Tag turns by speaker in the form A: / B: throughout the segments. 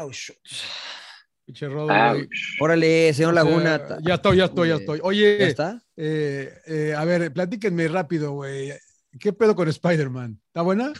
A: Ouch.
B: Pinche Rodo,
C: Ouch.
B: güey.
A: Órale, señor
B: O sea,
A: Laguna.
B: ya estoy, ya estoy, ya
A: Oye,
B: estoy.
A: ¿Ya
B: Oye,
A: está?
B: eh, eh, a ver, platíquenme rápido, güey. ¿Qué pedo con Spider-Man? ¿Está buena?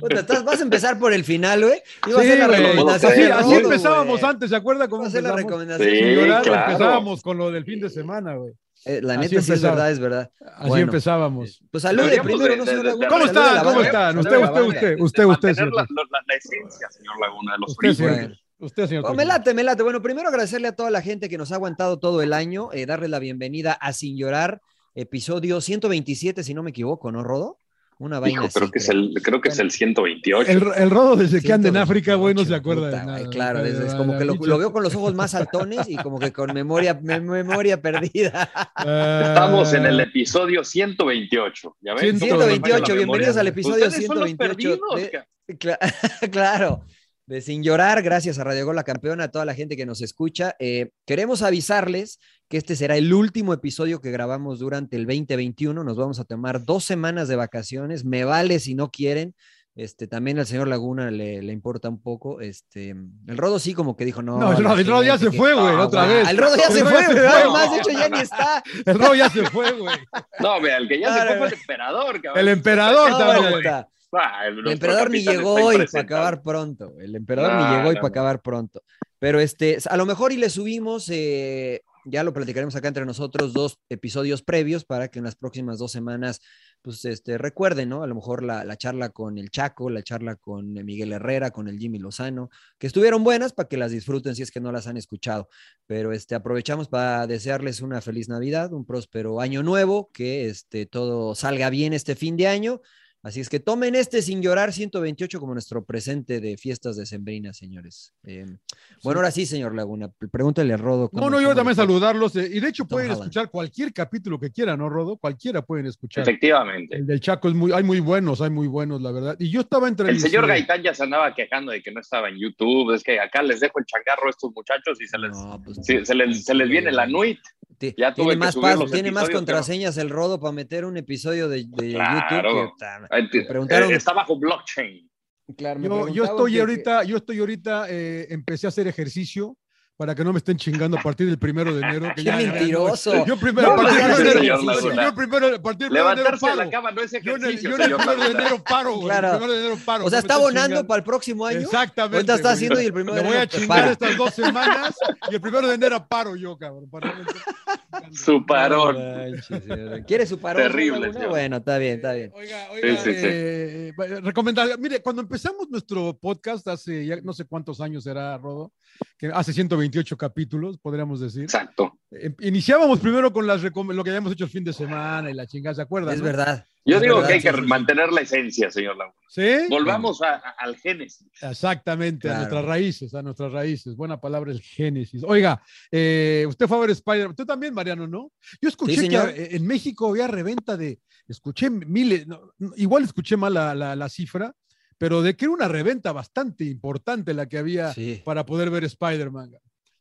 A: Puta, estás- vas a empezar por el final, güey. Iba a
B: Sí,
A: ser la
B: güey.
A: recomendación.
B: Así,
A: de
B: así
A: Rodo,
B: empezábamos
A: güey.
B: antes, ¿se acuerda cómo
A: Iba a ser la
B: empezamos?
A: recomendación.
C: Sí.
B: Sin llorar,
C: claro.
B: empezábamos con lo del fin de semana, güey.
A: Eh, la
B: Así
A: neta sí es
B: empezaba.
A: verdad, es verdad.
B: Así
A: Bueno.
B: empezábamos.
A: Pues salude
C: Deberíamos
A: primero,
C: de-
A: ¿no,
C: de-
A: señor
C: de-
A: Laguna?
C: ¿Cómo
A: Salude a
B: están?
A: la
B: ¿Cómo
A: banda.
B: están?
A: Salude a la
B: Usted,
A: banda.
B: usted,
C: De- de
B: usted, usted,
C: mantener
B: señor.
C: la, la- la esencia, señor Laguna, de los
B: Usted,
C: orígenes.
B: señor.
A: Bueno.
B: Usted, señor.
A: Oh, me
B: Toño.
A: late, me late. Bueno, primero agradecerle a toda la gente que nos ha aguantado todo el año, eh, darle la bienvenida a Sin Llorar, episodio 127, si no me equivoco, ¿no, Rodo? Una vaina
C: Hijo,
A: así,
C: creo que es el, creo que es el 128.
B: El, el rodo desde que anda en
A: 128,
B: África, güey, no se acuerda
A: puta,
B: de nada.
A: güey, Claro,
B: Ahí
A: es, es
B: va
A: como
B: la
A: que lo,
B: pinche-
A: lo veo con los ojos más saltones y como que con memoria, me- memoria perdida.
B: Ah,
C: Estamos en el episodio 128. ¿ya
B: 128,
C: ven? No me falla la
A: bienvenidos
C: memoria.
A: al episodio
C: Ustedes son los
A: 128
C: perdidos,
A: de-
C: ca-
A: Cla- claro, de Sin Llorar, gracias a Radio Gol La Campeona, a toda la gente que nos escucha. Eh, queremos avisarles que este será el último episodio que grabamos durante el 2021. Nos vamos a tomar dos semanas de vacaciones. Me vale si no quieren. Este, también al señor Laguna le, le importa un poco. Este, el Rodo sí como que dijo, no.
B: No, el
A: la
B: Rodo- el Rodo ya
A: gente
B: se
A: que-
B: fue, güey,
A: No,
B: otra
A: güey,
B: vez.
A: El Rodo ya
B: El
A: se
B: Rodo
A: fue,
B: ya se
A: güey,
B: fue.
A: además, de hecho, ya ni está.
B: El rodo ya se fue, güey.
C: No, vea, el que ya
A: No,
C: se
A: no,
C: fue
A: no.
C: fue el emperador, cabrón.
B: El emperador
A: Ah, No,
B: también.
A: bueno, está.
C: Ah,
A: El
C: nuestro
A: emperador ni
C: capitán
A: llegó
C: está
A: y para
C: impresentable.
A: acabar pronto. El emperador
C: No,
A: ni llegó y para
C: no, no.
A: acabar pronto. Pero este, a lo mejor y le subimos, eh, ya lo platicaremos acá entre nosotros, dos episodios previos para que en las próximas dos semanas, pues este, recuerden, ¿no? A lo mejor la, la charla con el Chaco, la charla con Miguel Herrera, con el Jimmy Lozano, que estuvieron buenas para que las disfruten si es que no las han escuchado. Pero este, aprovechamos para desearles una feliz Navidad, un próspero año nuevo, que este, todo salga bien este fin de año. Así es que tomen este sin llorar 128 como nuestro presente de fiestas decembrinas, señores. Eh, bueno, ahora sí, señor Laguna, p- pregúntale a Rodo.
B: No, no, yo también saludarlos. eh, Y de hecho
A: Tom
B: pueden
A: Holland.
B: escuchar cualquier capítulo que quieran, ¿no, Rodo? Cualquiera pueden escuchar.
C: Efectivamente.
B: El del Chaco es muy, hay muy buenos, hay muy buenos, la verdad. Y yo estaba entre
C: El
B: mis,
C: señor
B: eh,
C: Gaitán ya se andaba quejando de que no estaba en YouTube. Es que acá les dejo el changarro a estos muchachos y se les,
A: No, pues,
C: sí, se les, se les viene la nuit.
A: ti-
C: ya tuve
A: tiene
C: que
A: más,
C: subir
A: pas-
C: los
A: tiene más
C: episodios,
A: contraseñas el Rodo para meter un episodio de, de
C: Claro.
A: YouTube. que ta-
C: Eh, te-
A: Me preguntaron-
C: eh, Está bajo blockchain.
A: claro, me
B: Yo, yo
A: preguntaban
B: estoy
A: que-
B: ahorita, yo estoy ahorita, eh, empecé a hacer ejercicio para que no me estén chingando a partir del primero de enero. que
A: ¡Qué
B: ya- ya no-
A: mentiroso!
B: Yo primero,
A: No,
B: a partir
A: pues,
B: del
A: sí,
B: primero,
A: señor
B: yo-
C: Laguna.
B: yo primero, a partir del primero de enero
C: Levantarse de
B: paro.
C: la cama no es
B: Yo en el,
C: ejercicio,
B: yo en el
C: señor
B: primero de
C: Laguna.
B: enero paro, güey.
A: Claro.
B: El primero de enero
A: O sea,
B: paro. no me
A: está
B: estén
A: abonando
B: chingando.
A: para el próximo año.
B: Exactamente.
A: Ahorita está
B: güey.
A: haciendo y el primero de
B: Me voy a
A: enero, pues,
B: chingar
A: para.
B: estas dos semanas y el primero de enero paro yo, cabrón. para no me estén chingando.
C: Su parón.
A: No manches, señor. ¿Quiere su parón?
C: Terrible,
A: señor Laguna?
C: señor.
A: Bueno, está bien, está bien.
B: Oiga, oiga,
C: Sí, sí, sí.
B: eh, eh, recomendar, mire, cuando empezamos nuestro podcast hace ya no sé cuántos años será, Rodo, que hace 128 capítulos, podríamos decir.
C: Exacto.
B: Eh, Iniciábamos primero con las recom- lo que habíamos hecho el fin de semana y la chingada, ¿se acuerdan?
A: Es
B: no?
A: verdad.
C: Yo
B: Es
C: digo
B: verdad,
C: que hay que
B: sí, sí, sí.
C: mantener la esencia, señor Laguna.
B: ¿Sí?
C: Volvamos a- a- al génesis.
B: Exactamente, a
A: Claro.
B: nuestras raíces, a nuestras raíces. Buena palabra el génesis. Oiga, eh, usted fue a ver Spider-Man. Tú también, Mariano, ¿no? Yo escuché
A: Sí,
B: que
A: señor.
B: eh, en México había reventa de, escuché miles, no, no, igual escuché mal la, la- la cifra, pero de que era una reventa bastante importante la que había
A: Sí.
B: para poder ver Spider-Man.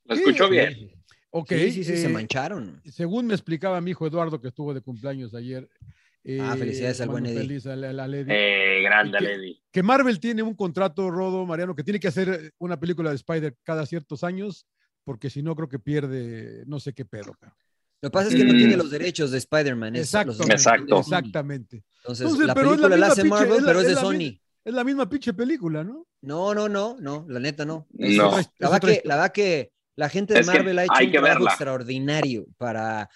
C: Lo
B: Sí,
C: escuchó
B: sí.
C: bien.
B: Ok.
A: Sí, sí, sí, se
B: eh,
A: mancharon.
B: según me explicaba mi hijo Eduardo, que estuvo de cumpleaños ayer.
A: Ah, felicidades al
B: mando
A: buen Eddie.
B: feliz a la- a la Lady
C: Eh, grande,
B: ¿Y qué-
C: Lady.
B: que Marvel tiene un contrato, Rodo, Mariano, que tiene que hacer una película de Spider cada ciertos años, porque si no creo que pierde no sé qué pedo. cabrón.
A: Lo que pasa es que no
C: Mm.
A: tiene los derechos de Spider-Man. es- los derechos
B: Exactamente.
A: son de
C: Exacto.
A: Sony.
B: Exactamente.
A: Entonces,
B: Entonces,
A: la
B: pero es la
A: película la,
B: misma
A: hace
B: pinche-
A: Marvel,
B: es la-
A: pero es,
B: es
A: de
B: la
A: Sony.
B: mi- Es la misma pinche película, ¿no?
A: No, no, no, no, la neta no. Es
C: No.
A: otra-
B: Es
A: La verdad
B: otra
A: que, la verdad que la gente de
C: Es que
A: Marvel ha hecho
C: hay
A: un
C: que
A: trabajo
C: verla.
A: extraordinario para.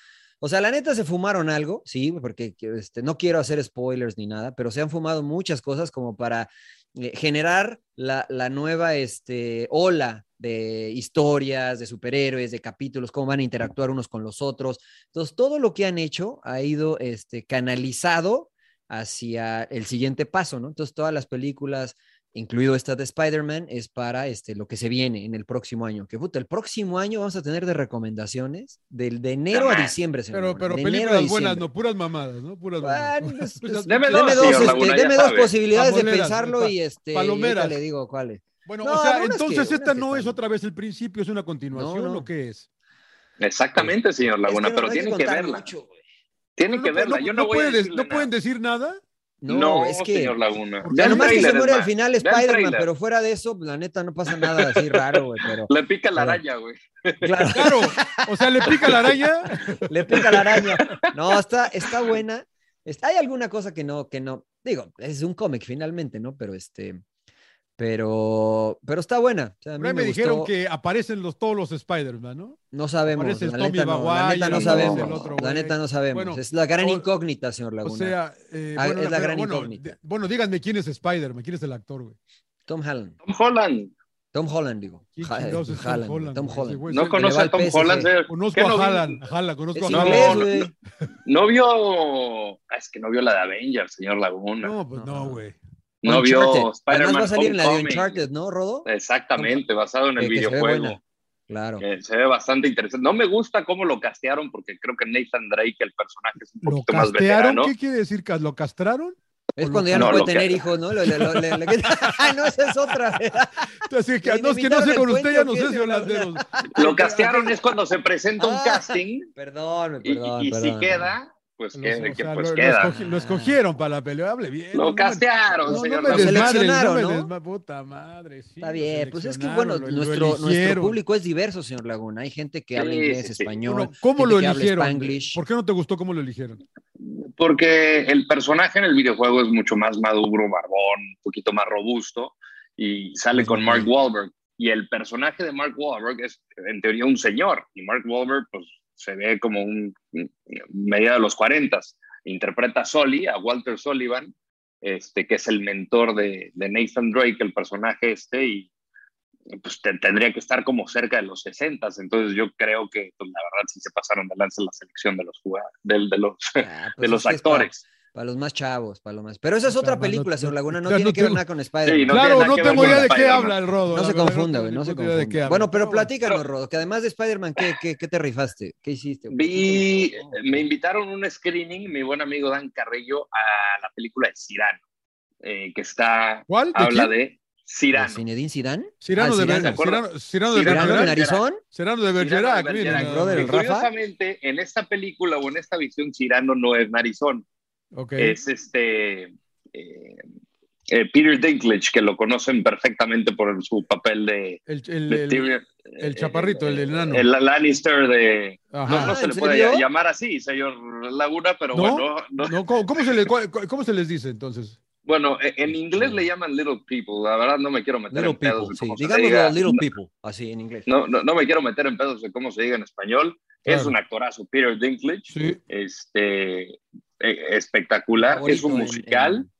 A: O sea, la neta se fumaron algo, sí, porque este, no quiero hacer spoilers ni nada, pero se han fumado muchas cosas como para eh, generar la, la nueva este, ola de historias, de superhéroes, de capítulos, cómo van a interactuar unos con los otros. Entonces, todo lo que han hecho ha ido este, canalizado hacia el siguiente paso, ¿no? Entonces, todas las películas incluido esta de Spider-Man, es para este, lo que se viene en el próximo año. Que puta, el próximo año vamos a tener de recomendaciones del de enero a
C: Ajá.
A: diciembre, señor.
B: Pero,
A: Laguna,
B: pero
A: de enero a
B: películas buenas,
A: diciembre.
B: no, puras mamadas, ¿no? Puras
A: Ah,
B: mamadas.
A: pues,
B: Puras-
C: Deme
A: deme
C: dos,
A: dos,
C: señor
A: este,
C: Laguna, ya
A: deme dos
C: sabe.
A: posibilidades de
B: Palomeras,
A: pensarlo
B: pa-
A: y este, y
B: palomeras.
A: ahorita le digo cuáles.
B: Bueno,
A: No,
B: o sea,
A: algunas que-
B: entonces
A: algunas
B: esta
A: que
B: no es
A: están-
B: otra vez el principio, es una continuación
A: No, no.
B: o qué es.
C: Exactamente, señor Laguna,
A: Es no
C: pero
A: hay
C: tienen que
A: contar
C: verla.
A: mucho, güey.
C: Tienen que verla. Yo no voy a
B: puede-
C: decirle
B: no
C: nada.
B: pueden decir nada.
C: No, es que... señor Laguna.
A: Ya
C: el
A: nomás que se
C: tráiler,
A: muere
C: es
A: al
C: más.
A: final
C: Ya el
A: Spider-Man,
C: tráiler.
A: pero fuera de eso, la neta, no pasa nada así raro, güey. Pero,
C: Le pica la
A: Pero-
C: araña, güey.
A: claro,
B: Claro, o sea, le pica la araña.
A: le pica la araña. No, está, está buena. Está- hay alguna cosa que no, que no. Digo, es un cómic finalmente, ¿no? Pero este. Pero, pero está buena. O sea, a mí
B: Por ahí
A: me,
B: me dijeron
A: gustó.
B: que aparecen los, todos los Spider-Man, ¿no?
A: No sabemos.
B: aparece el
A: La
B: Tommy
A: neta, no, la
B: Maguire,
A: neta no
C: aparece
A: sabemos.
C: el
B: otro
A: la
B: güey.
A: neta no sabemos.
B: Bueno,
A: es la gran
B: o-
A: incógnita, señor Laguna.
B: O sea, eh,
A: Ah, es la
B: pero
A: gran incógnita.
B: de- bueno, díganme quién es Spider-Man, quién es el actor, güey.
A: Tom Holland.
C: Tom Holland.
A: Tom Holland, digo.
B: ¿Quién
A: Ja-
B: chingados es Tom
A: Haaland, güey,
B: Holland,
A: Tom
B: güey? Ese
A: Holland.
B: güey
C: ¿No
B: sí,
A: Pues
C: conoce
A: le va
C: a Tom
A: al PSG.
C: Holland? eh. señor?
B: Conozco
C: ¿Qué
B: a
C: no vi?
B: Haaland, Haaland, conozco
A: Es
B: a
A: inglés,
B: Haaland.
C: no,
A: güey.
C: No vio. ah, Es que no vio la de Avengers, señor Laguna. No,
B: No, pues no, güey.
A: Uncharted.
C: vio
A: Además
C: Spider-Man.
A: va a salir en la de
C: Homecoming.
A: Uncharted, ¿no, Rodo?
C: Exactamente, basado en
A: Que-
C: el
A: que se ve
C: videojuego.
A: buena. Claro.
C: que se ve bastante interesante. No me gusta cómo lo castearon, porque creo que Nathan Drake, el personaje, es un
B: ¿Lo
C: poquito más
B: castearon?
C: veterano.
B: ¿Qué quiere decir? ¿Cas- ¿Lo castraron?
A: Es
B: lo
A: cuando ya
C: que-
A: no,
C: No,
A: puede
C: lo que-
A: tener hijos, ¿no? Lo- lo- lo- lo- lo que- Ah, no, esa es otra.
B: Así que,
A: ¿Le
B: no, es que no sé
A: limitaron
B: con
A: el
B: usted, ya
A: puente
B: no
A: o qué,
B: sé si
A: señor
B: hablar de los...
C: Lo castearon es cuando se presenta un
A: Ah.
C: casting
A: Perdón,
C: y,
A: perdón.
C: y si
A: perdón.
C: queda, pues,
B: los-
C: que,
B: o
C: que
B: sea,
C: pues
B: lo, lo
C: queda.
B: escogi- lo escogieron para la pelea, hable bien.
C: Lo
B: no me-
C: castearon,
B: No, no
C: señor
B: me
A: Laguna.
C: Laguna.
B: desmadres, no me
A: Seleccionaron, ¿no?
B: desma- Puta madre, sí.
A: Está
B: lo
A: bien, pues es que
B: seleccionaron,
A: bueno,
B: lo- lo
A: nuestro, nuestro
B: eligieron.
A: público es diverso, señor Laguna. Hay gente que habla
C: Sí,
A: inglés,
C: sí, sí.
A: español.
B: Bueno, ¿Cómo
A: gente
B: lo
A: que habla
B: eligieron?
A: spanglish.
B: ¿Por qué no te gustó cómo lo eligieron?
C: Porque el personaje en el videojuego es mucho más maduro, barbón, un poquito más robusto y sale con Mark Wahlberg. Y el personaje de Mark Wahlberg es en teoría un señor y Mark Wahlberg pues se ve como un un- media de los 40. Interpreta a Sully, a Walter Sullivan, este, que es el mentor de, de Nathan Drake, el personaje este, y pues te- tendría que estar como cerca de los 60. Entonces yo creo que pues, la verdad sí se pasaron de lanza en la selección de los jugadores, de los
A: Ah,
C: de
A: pues
C: los
A: es que es pa-
C: actores.
A: Para, los más chavos, para los más. Pero esa es otra
B: Caramba, no
A: película,
B: te-
A: señor Laguna. No
B: ya
A: tiene
B: no
A: que ver
B: tengo-
A: nada con Spider-Man.
C: Sí, no
B: claro,
C: tiene
B: no
C: nada que ver
B: tengo
C: con
B: idea de qué
C: Spider-Man.
B: habla el rodo.
A: No
B: la
A: se
B: verdad,
A: confunda,
B: tengo
A: güey,
B: ni
A: no se
B: puta idea de qué
A: confunda.
B: habla.
A: Bueno, pero
B: No,
A: platícanos,
C: Pero-
A: Rodo, que además de Spider-Man, ¿qué, qué, qué te rifaste? ¿Qué hiciste? güey?
C: Vi, me invitaron a un screening, mi buen amigo Dan Carrillo, a la película de Cirano, eh, que está,
B: ¿Cuál? ¿De
C: habla
B: quién?
C: de Cirano.
A: ¿Zinedine Zidane?
B: Cirano
A: Ah,
B: de
A: Cirano,
B: Bergerac.
C: ¿te acuerdas?
B: Cirano- Cirano de
A: ¿Zidane
C: Cirano
A: de
B: Bergerac.
A: Narizón?
B: Cirano de
C: Cirano
B: Bergerac.
C: de
B: miren,
C: Bergerac,
B: nada
A: brother,
C: que
A: el
B: más.
A: Rafa.
C: Curiosamente, en esta película o en esta visión, Cirano no es narizón,
B: Ok.
C: es este eh, eh, Peter Dinklage, que lo conocen perfectamente por su papel de,
B: El, el,
C: de
B: el-
C: Tyrion- eh,
B: el chaparrito, el enano.
C: El Lannister de, No,
B: ajá.
C: no se
A: ¿en
C: le puede
A: serio?
C: llamar así, señor Laguna, pero
B: ¿No?
C: bueno. no.
B: No, ¿cómo, cómo se le, cuál- cuál- cómo se les dice entonces?
C: Bueno, e- en inglés le llaman little people. La verdad no me quiero meter
A: Este, Little
C: en pedos
A: People,
C: de
A: sí.
C: cómo se diga.
A: Digámoslo Little People, así en inglés.
C: No, no, no me quiero meter en pedos de cómo se diga en español. Es
B: Claro.
C: un actorazo, Peter Dinklage.
B: Sí.
C: Este, e- espectacular. es
A: Favorito
C: un
A: en-
C: musical.
A: en-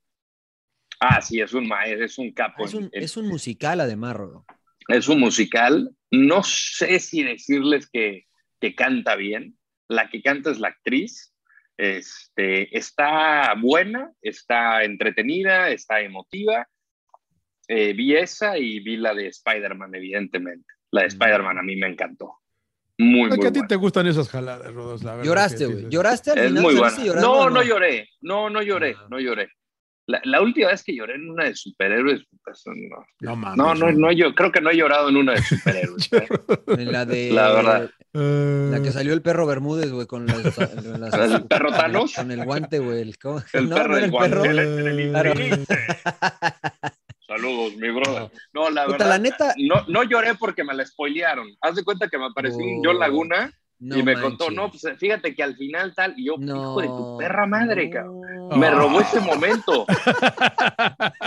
C: Ah, sí, es un maestro, es un
A: Ah,
C: capo.
A: es, un,
C: en-
A: es un musical, además, Rodo.
C: es un musical. No sé si decirles que, que canta bien. La que canta es la actriz. Este, está buena, está entretenida, está emotiva. Eh, vi esa y vi la de Spider-Man, evidentemente. La de Spider-Man a mí me encantó. Muy,
B: Ay,
C: muy
B: que a ti
C: buena.
B: te gustan esas jaladas, Rodos, la verdad.
A: Lloraste,
B: que sí,
A: güey.
B: sí.
A: Lloraste al
C: Es
A: final.
C: muy
A: ¿Sabes si
C: buena.
A: lloraron
C: No,
A: o
C: no lloré. No, no lloré.
A: Ah.
C: No lloré. La, la última vez que lloré en una de superhéroes, pues, no,
B: Ah, No mames.
C: no, no,
B: güey.
C: no, yo creo que no he llorado en una de superhéroes. ¿eh?
A: En la de.
C: La verdad.
B: Eh,
A: La que salió el perro Bermúdez, güey, con las. con las-
C: ¿El perro Thanos?
A: Con el guante, güey. el- ¿cómo?
C: El
A: No,
C: perro
A: no era
C: del
A: el perro.
C: guante. el
A: Claro.
C: infinito. Saludos, mi brother. No, la
A: Puta,
C: verdad.
A: la neta.
C: No, no lloré porque me la spoilearon. Haz de cuenta que me apareció un John
A: Oh,
C: Laguna
A: No
C: y me
A: manches.
C: contó, no, pues fíjate que al final tal, y yo, hijo de tu
A: No,
C: perra madre,
A: no.
C: cabrón.
B: Ah.
C: Me robó ese momento.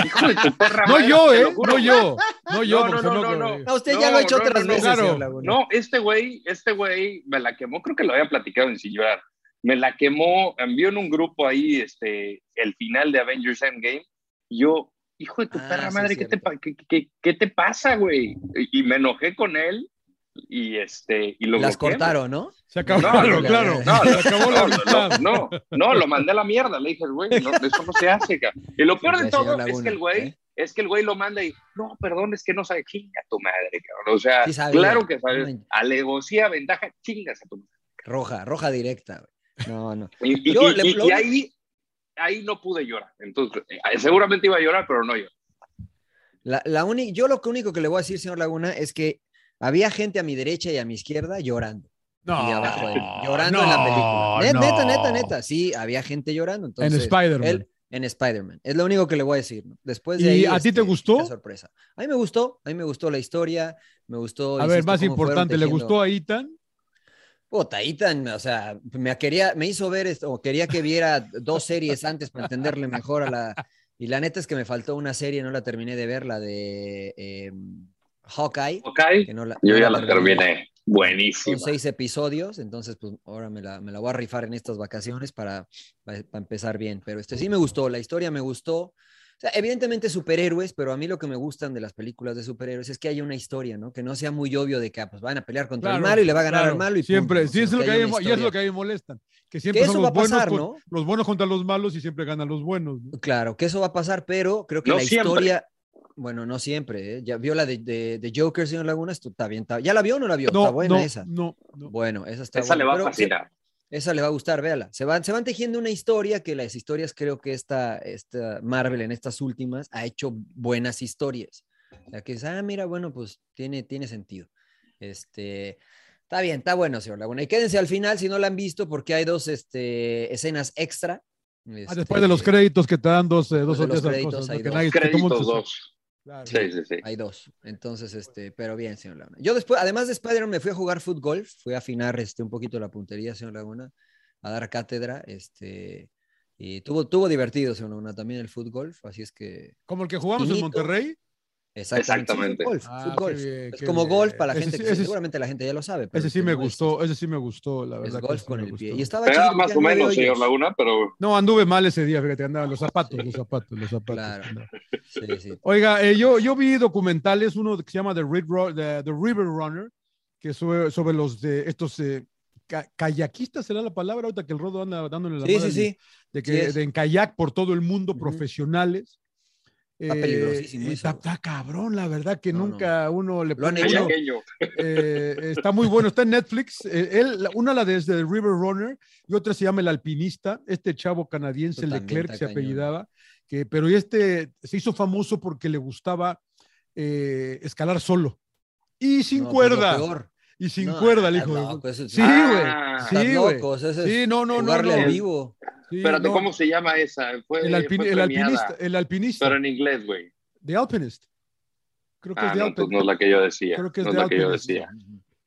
C: hijo de tu perra
B: No
C: madre.
B: yo,
C: te lo
B: ¿eh?
C: juro.
B: No yo. No yo.
C: No, no,
B: porque
C: no,
B: no,
C: no,
B: güey.
A: No, usted ya lo ha
C: No,
A: hecho
C: no,
A: otras
C: no, no,
A: veces,
B: claro.
A: señor Laguna.
C: No, este güey, este güey me la quemó, creo que lo había platicado en Sin Llorar. Me la quemó, envió en un grupo ahí este, el final de Avengers Endgame. Yo, hijo de tu
A: Ah,
C: perra
A: sí,
C: madre, ¿qué, te,
A: cierto.
C: pa- qué, qué- qué te pasa, güey? Y, y me enojé con él y, este, y lo
A: Las
C: bloqueé.
A: cortaron, ¿no?
B: Se acabó,
C: No,
B: claro,
A: no,
B: claro.
C: no,
B: se acabó la
C: No,
B: amistad.
C: no, no, no, lo mandé a la mierda, le dije, güey, no, eso no se hace, cabrón. Y lo peor
A: Ya,
C: de
A: señor
C: todo es
A: Laguna,
C: que el güey,
A: ¿eh?
C: es que el güey lo manda y, no, perdón, es que no sabe, chinga tu madre, cabrón. O sea,
A: Sí sabía.
C: claro que sabe,
A: No.
C: alegocía, ventaja, chingas a tu madre.
A: Roja, roja directa, güey. No, no.
C: Y, y-
A: Yo
C: y-
A: le-
C: y-
A: lo
C: y
A: único-
C: ahí, ahí no pude llorar. Entonces, eh, seguramente iba a llorar, pero no lloré.
A: La, la uni- yo lo que único que le voy a decir, señor Laguna, es que había gente a mi derecha y a mi izquierda llorando.
B: No,
A: y abajo de él, llorando en la película. Ne-
B: no.
A: Neta, neta, neta. Sí, había gente llorando.
B: En
A: Entonces,
B: Spider-Man.
A: él, en Spider-Man. Es lo único que le voy a decir. ¿no? Después de ahí,
B: ¿Y a ti te gustó?
A: qué sorpresa. A mí me gustó, a mí me gustó la historia, me gustó.
B: A ver,
A: insisto, cómo
B: más
A: pues, este, fueron
B: importante, ¿le
A: tejiendo-
B: gustó a Ethan?
A: Puta, Ethan, o sea, me quería, me hizo ver esto, o quería que viera dos series antes para entenderle mejor a la. Y la neta es que me faltó una serie, no la terminé de ver, la de eh, Hawkeye.
C: Ok,
A: Que no la,
C: yo
A: no
C: ya la terminé. Buenísima.
A: Son seis episodios, entonces pues ahora me la, me la voy a rifar en estas vacaciones para, para empezar bien. Pero este sí me gustó, la historia me gustó. O sea, evidentemente superhéroes, pero a mí lo que me gustan de las películas de superhéroes es que haya una historia, ¿no? Que no sea muy obvio de que ah, pues van a pelear contra el
B: Claro,
A: malo y le va a ganar
B: claro,
A: al malo. Y
B: siempre,
A: punto,
B: sí,
A: sino
B: es lo que, a
A: haya
B: mí-
A: una
B: y es lo
A: historia.
B: que a mí me molestan. Que siempre
A: eso
B: son
A: va
B: los
A: a
B: buenos,
A: pasar,
B: con-
A: ¿no?
B: los buenos contra los malos y siempre ganan los buenos. ¿no?
A: Claro, que eso va a pasar, pero creo que
C: No
A: la
C: siempre.
A: historia... Bueno, no siempre, ¿eh? Ya vio la de, de, de Joker, señor Laguna, Esto está bien. está- ¿Ya la vio o no la vio?
B: No,
A: está buena
B: no,
A: esa.
B: no, no. Ah,
A: Bueno, esa está
C: Esa le
A: buena,
C: va a
A: pero sí-
C: fascinar.
A: Esa le va a gustar, véala. Se van, se van tejiendo una historia que las historias, creo que esta, esta Marvel en estas últimas ha hecho buenas historias. O sea, que es, ah, mira, bueno, pues tiene, tiene sentido. Este, está bien, está bueno, señor Laguna. Y quédense al final si no la han visto, porque hay dos este, escenas extra.
B: Ah,
A: Este,
B: después de los créditos que te dan dos, eh,
A: después
B: dos
A: de
B: o
A: los
B: tres esas
A: créditos
B: cosas,
A: hay
B: ¿no? Que
A: dos.
B: nadie- que todo el mundo
C: Créditos
B: se-
C: dos.
B: Claro.
C: Sí, sí, sí.
A: Hay dos. Entonces,
B: pues,
A: este, pero bien, señor Laguna. Yo después, además de Spider-Man, me fui a jugar fútbol, fui a afinar este, un poquito la puntería, señor Laguna, a dar cátedra, este, y tuvo, tuvo divertido, señor Laguna, también el fútbol, así es que,
B: Como el que jugamos en
A: Finito.
B: Monterrey.
A: exactamente. sí,
C: Exactamente.
A: fútbol,
B: Ah,
A: fútbol.
B: qué bien,
A: Es
B: qué
A: como
B: bien.
A: golf para la
B: Ese
A: gente,
B: sí-
A: que
B: ese sí-
A: seguramente la gente ya lo sabe. pero
B: Ese
A: el
B: sí
A: que
B: me
A: no es,
B: gustó, ese sí me gustó, la
A: Es
B: verdad. que
A: golf
B: sí
A: con
B: me
A: el
B: gustó.
A: pie. Y estaba
C: Pegaba
A: chiquito,
C: más
A: tenía
C: o
A: nueve
C: menos, señor
A: hoyos.
C: Laguna, pero
B: No, anduve mal ese día, fíjate, andaban los zapatos, los zapatos, los zapatos.
A: Claro.
B: claro.
A: Sí, sí.
B: Oiga, eh, yo, yo vi documentales, uno que se llama The, Red Ro- The- The River Runner, que es sobre, sobre los de estos eh, ca- kayakistas, será la palabra, ahorita que el rodo anda dándole la
A: Sí,
B: madre
A: sí, sí.
B: de
A: Sí
B: que
A: es.
B: de en kayak por todo el mundo,
A: Ujú.
B: profesionales.
A: Está peligrosísimo
B: y
A: eso,
B: Está,
A: güey.
B: está cabrón, la verdad que
A: No, no.
B: nunca uno le
A: Lo han
B: pone
A: hecho.
B: uno,
C: aquello.
B: eh, está muy bueno, está en Netflix. eh, él, la- una la de es de River Runner y otra se llama El Alpinista, este chavo canadiense
A: Eso también
B: Leclerc que
A: está
B: se
A: cañón.
B: apellidaba, que, pero este se hizo famoso porque le gustaba eh, escalar solo y sin
A: No, pues lo
B: cuerda,
A: peor.
B: y sin
A: No,
B: cuerda, el
A: estás
B: hijo. de-
A: loco, eso es-
B: Sí,
A: Ah,
B: güey.
C: Ah,
B: sí,
A: estás
B: güey.
A: loco, o sea, eso es
B: Sí, no, no, no.
A: jugarle
B: no,
A: al vivo.
B: sí,
C: Espérate,
B: no.
C: ¿cómo se llama esa? Fue,
B: El, alpin-
C: fue
B: el
C: premiada,
B: alpinista, el alpinista,
C: Pero en inglés, güey.
B: The Alpinist. Creo que
C: Ah,
B: es The
C: no,
B: Alpinist.
C: entonces no es la que yo decía.
B: Creo que es
C: no es
B: de
C: la que yo
B: Alpinist.
C: decía.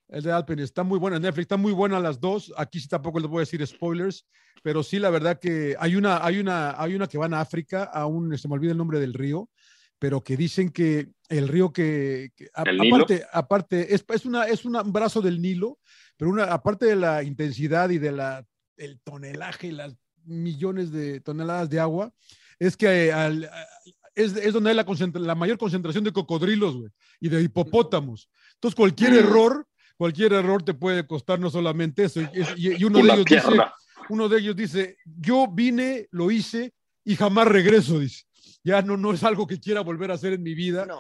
B: El de Alpen está muy buena en Netflix, está muy buena las dos. Aquí sí tampoco les voy a decir spoilers, pero sí la verdad que hay una, hay una, hay una que van a África, a un, se me olvida el nombre del río, pero que dicen que el río que, que- a-
C: ¿El Nilo?
B: aparte, aparte es, es una, es una- un brazo del Nilo, pero una, aparte de la intensidad y de la, el tonelaje y las millones de toneladas de agua, es que eh, al- a- es, es donde hay la, concentra- la mayor concentración de cocodrilos güey, y de hipopótamos. Entonces cualquier
C: Mm.
B: error, cualquier error te puede costar no solamente eso. Y, y- y uno, de
C: Una
B: ellos dice,
C: pierna.
B: uno de ellos dice, yo vine, lo hice y jamás regreso, dice. Ya no, no es algo que quiera volver a hacer en mi vida.
A: No,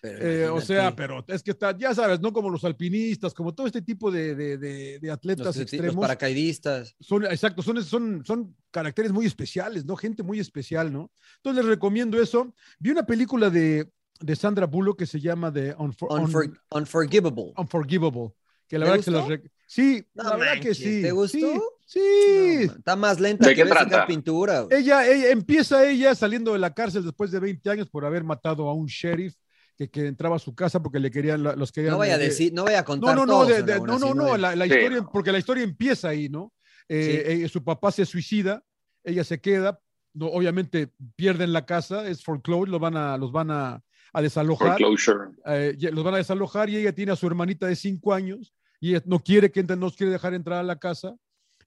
A: pero
B: Eh, o sea,
A: imagínate.
B: pero es que está, ya sabes, ¿no? Como los alpinistas, como todo este tipo de, de- de- de
A: Los
B: atletas
A: que ti- los
B: extremos
A: paracaidistas.
B: son, exacto, son, son, son caracteres muy especiales, ¿no? Gente muy especial, ¿no? Entonces les recomiendo eso. Vi una película de, de Sandra Bullock que se llama The Unfor-
A: Unfor- unforgivable.
B: Unforgivable. Que la
A: ¿Te
B: verdad que se las
A: gustó?
B: rec- Sí,
A: No
B: la verdad que
A: manches,
B: sí.
A: ¿te gustó?
B: Sí.
A: No,
B: sí.
A: man, está más lenta
C: ¿De
A: que
C: qué
A: ver sacar
C: trata?
A: pintura. güey.
B: Ella, ella- empieza ella saliendo de la cárcel después de 20 años por haber matado a un sheriff que, que entraba a su casa porque le querían la- los querían
A: No vaya a
B: eh,
A: decir, no vaya a contar
B: No, no,
A: todo,
B: no, de-
A: señor
B: de-
A: Laguna,
B: no, no,
A: si
B: no,
A: es-
B: la, la
C: Sí.
B: historia, porque la historia empieza ahí, ¿no? Eh, eh, su papá se suicida, ella se queda, no, obviamente pierden la casa, es foreclosed, lo van a, los van a, a desalojar,
C: Foreclosure.
B: eh, ya- los van a desalojar y ella tiene a su hermanita de cinco años y ella no quiere que entren, no quiere dejar entrar a la casa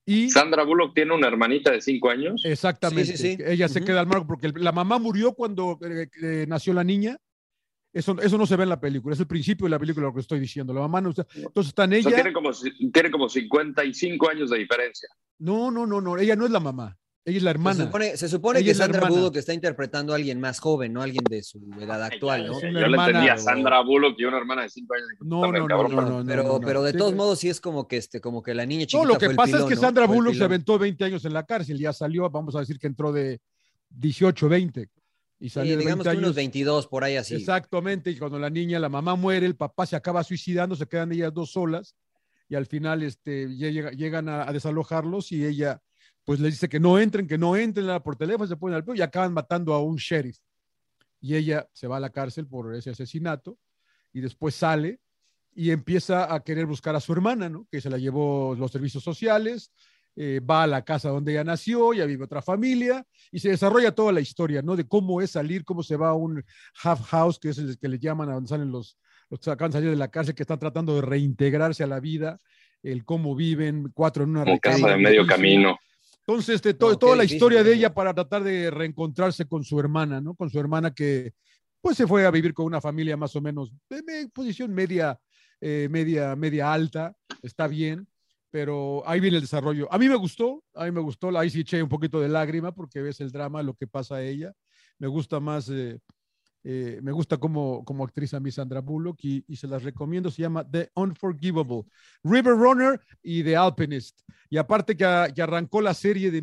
B: y
C: Sandra Bullock tiene una hermanita de 5 años.
B: Eh,
A: Sí,
B: exactamente,
A: sí, sí.
B: ella se
A: Ujú.
B: queda al marco porque el- la mamá murió cuando eh, eh, nació la niña. Eso, eso no se ve en la película, es el principio de la película lo que estoy diciendo. La mamá no está. Entonces están
C: o
B: ella.
C: sea, tiene como, ci- tiene como 55 años de diferencia.
B: No, no, no, no. Ella no es la mamá. Ella es la
A: Se
B: hermana.
A: supone, se supone
B: Ella
A: que
B: es la
A: Sandra
B: hermana.
A: Bullock está interpretando a alguien más joven, no alguien de su edad actual, ¿no?
B: Es una
C: Yo le
B: hermana,
C: entendía
A: pero-
C: Sandra Bullock y una hermana de 5 años.
B: No, no, no, no,
C: Cabrón,
B: no, no,
A: pero,
B: no, no.
A: pero de
B: Sí,
A: todos
B: sí.
A: modos sí es como que este, como que la niña
B: No,
A: chiquita
B: lo
A: fue
B: que
A: el
B: pasa es
A: pilón,
B: que
A: ¿no?
B: Sandra
A: Fue el
B: Bullock se
A: pilón.
B: aventó 20 años en la cárcel. Ya salió, vamos a decir que entró de 18, 20. Y
A: Sí,
B: salió de
A: digamos
B: 20
A: que unos
B: años.
A: 22 por ahí así.
B: Exactamente. Y cuando la niña, la mamá muere, el papá se acaba suicidando, se quedan ellas dos solas. Y al final este, ya llega- llegan a, a desalojarlos y ella pues le dice que no entren, que no entren nada por teléfono, se ponen al pelo y acaban matando a un sheriff. Y ella se va a la cárcel por ese asesinato y después sale y empieza a querer buscar a su hermana, ¿no? Que se la llevó los servicios sociales, eh, va a la casa donde ella nació, ya vive otra familia y se desarrolla toda la historia, ¿no? De cómo es salir, cómo se va a un half house, que es el que le llaman a donde salen los, los que acaban de salir de la cárcel, que están tratando de reintegrarse a la vida, el cómo viven, cuatro en una
C: Como casa de medio camino.
B: Entonces, de to
A: No, qué
B: toda la
A: difícil,
B: historia de
A: ¿no?
B: ella para tratar de reencontrarse con su hermana, ¿no? Con su hermana que, pues, se fue a vivir con una familia más o menos de me- posición media, eh, media, media alta, está bien, pero ahí viene el desarrollo. A mí me gustó, a mí me gustó, ahí sí eché un poquito de lágrima porque ves el drama, lo que pasa a ella. Me gusta más, eh, eh, me gusta como, como actriz a mí Sandra Bullock y, y se las recomiendo, se llama The Unforgivable, River Runner y The Alpinist. Y aparte que, a- que arrancó la serie de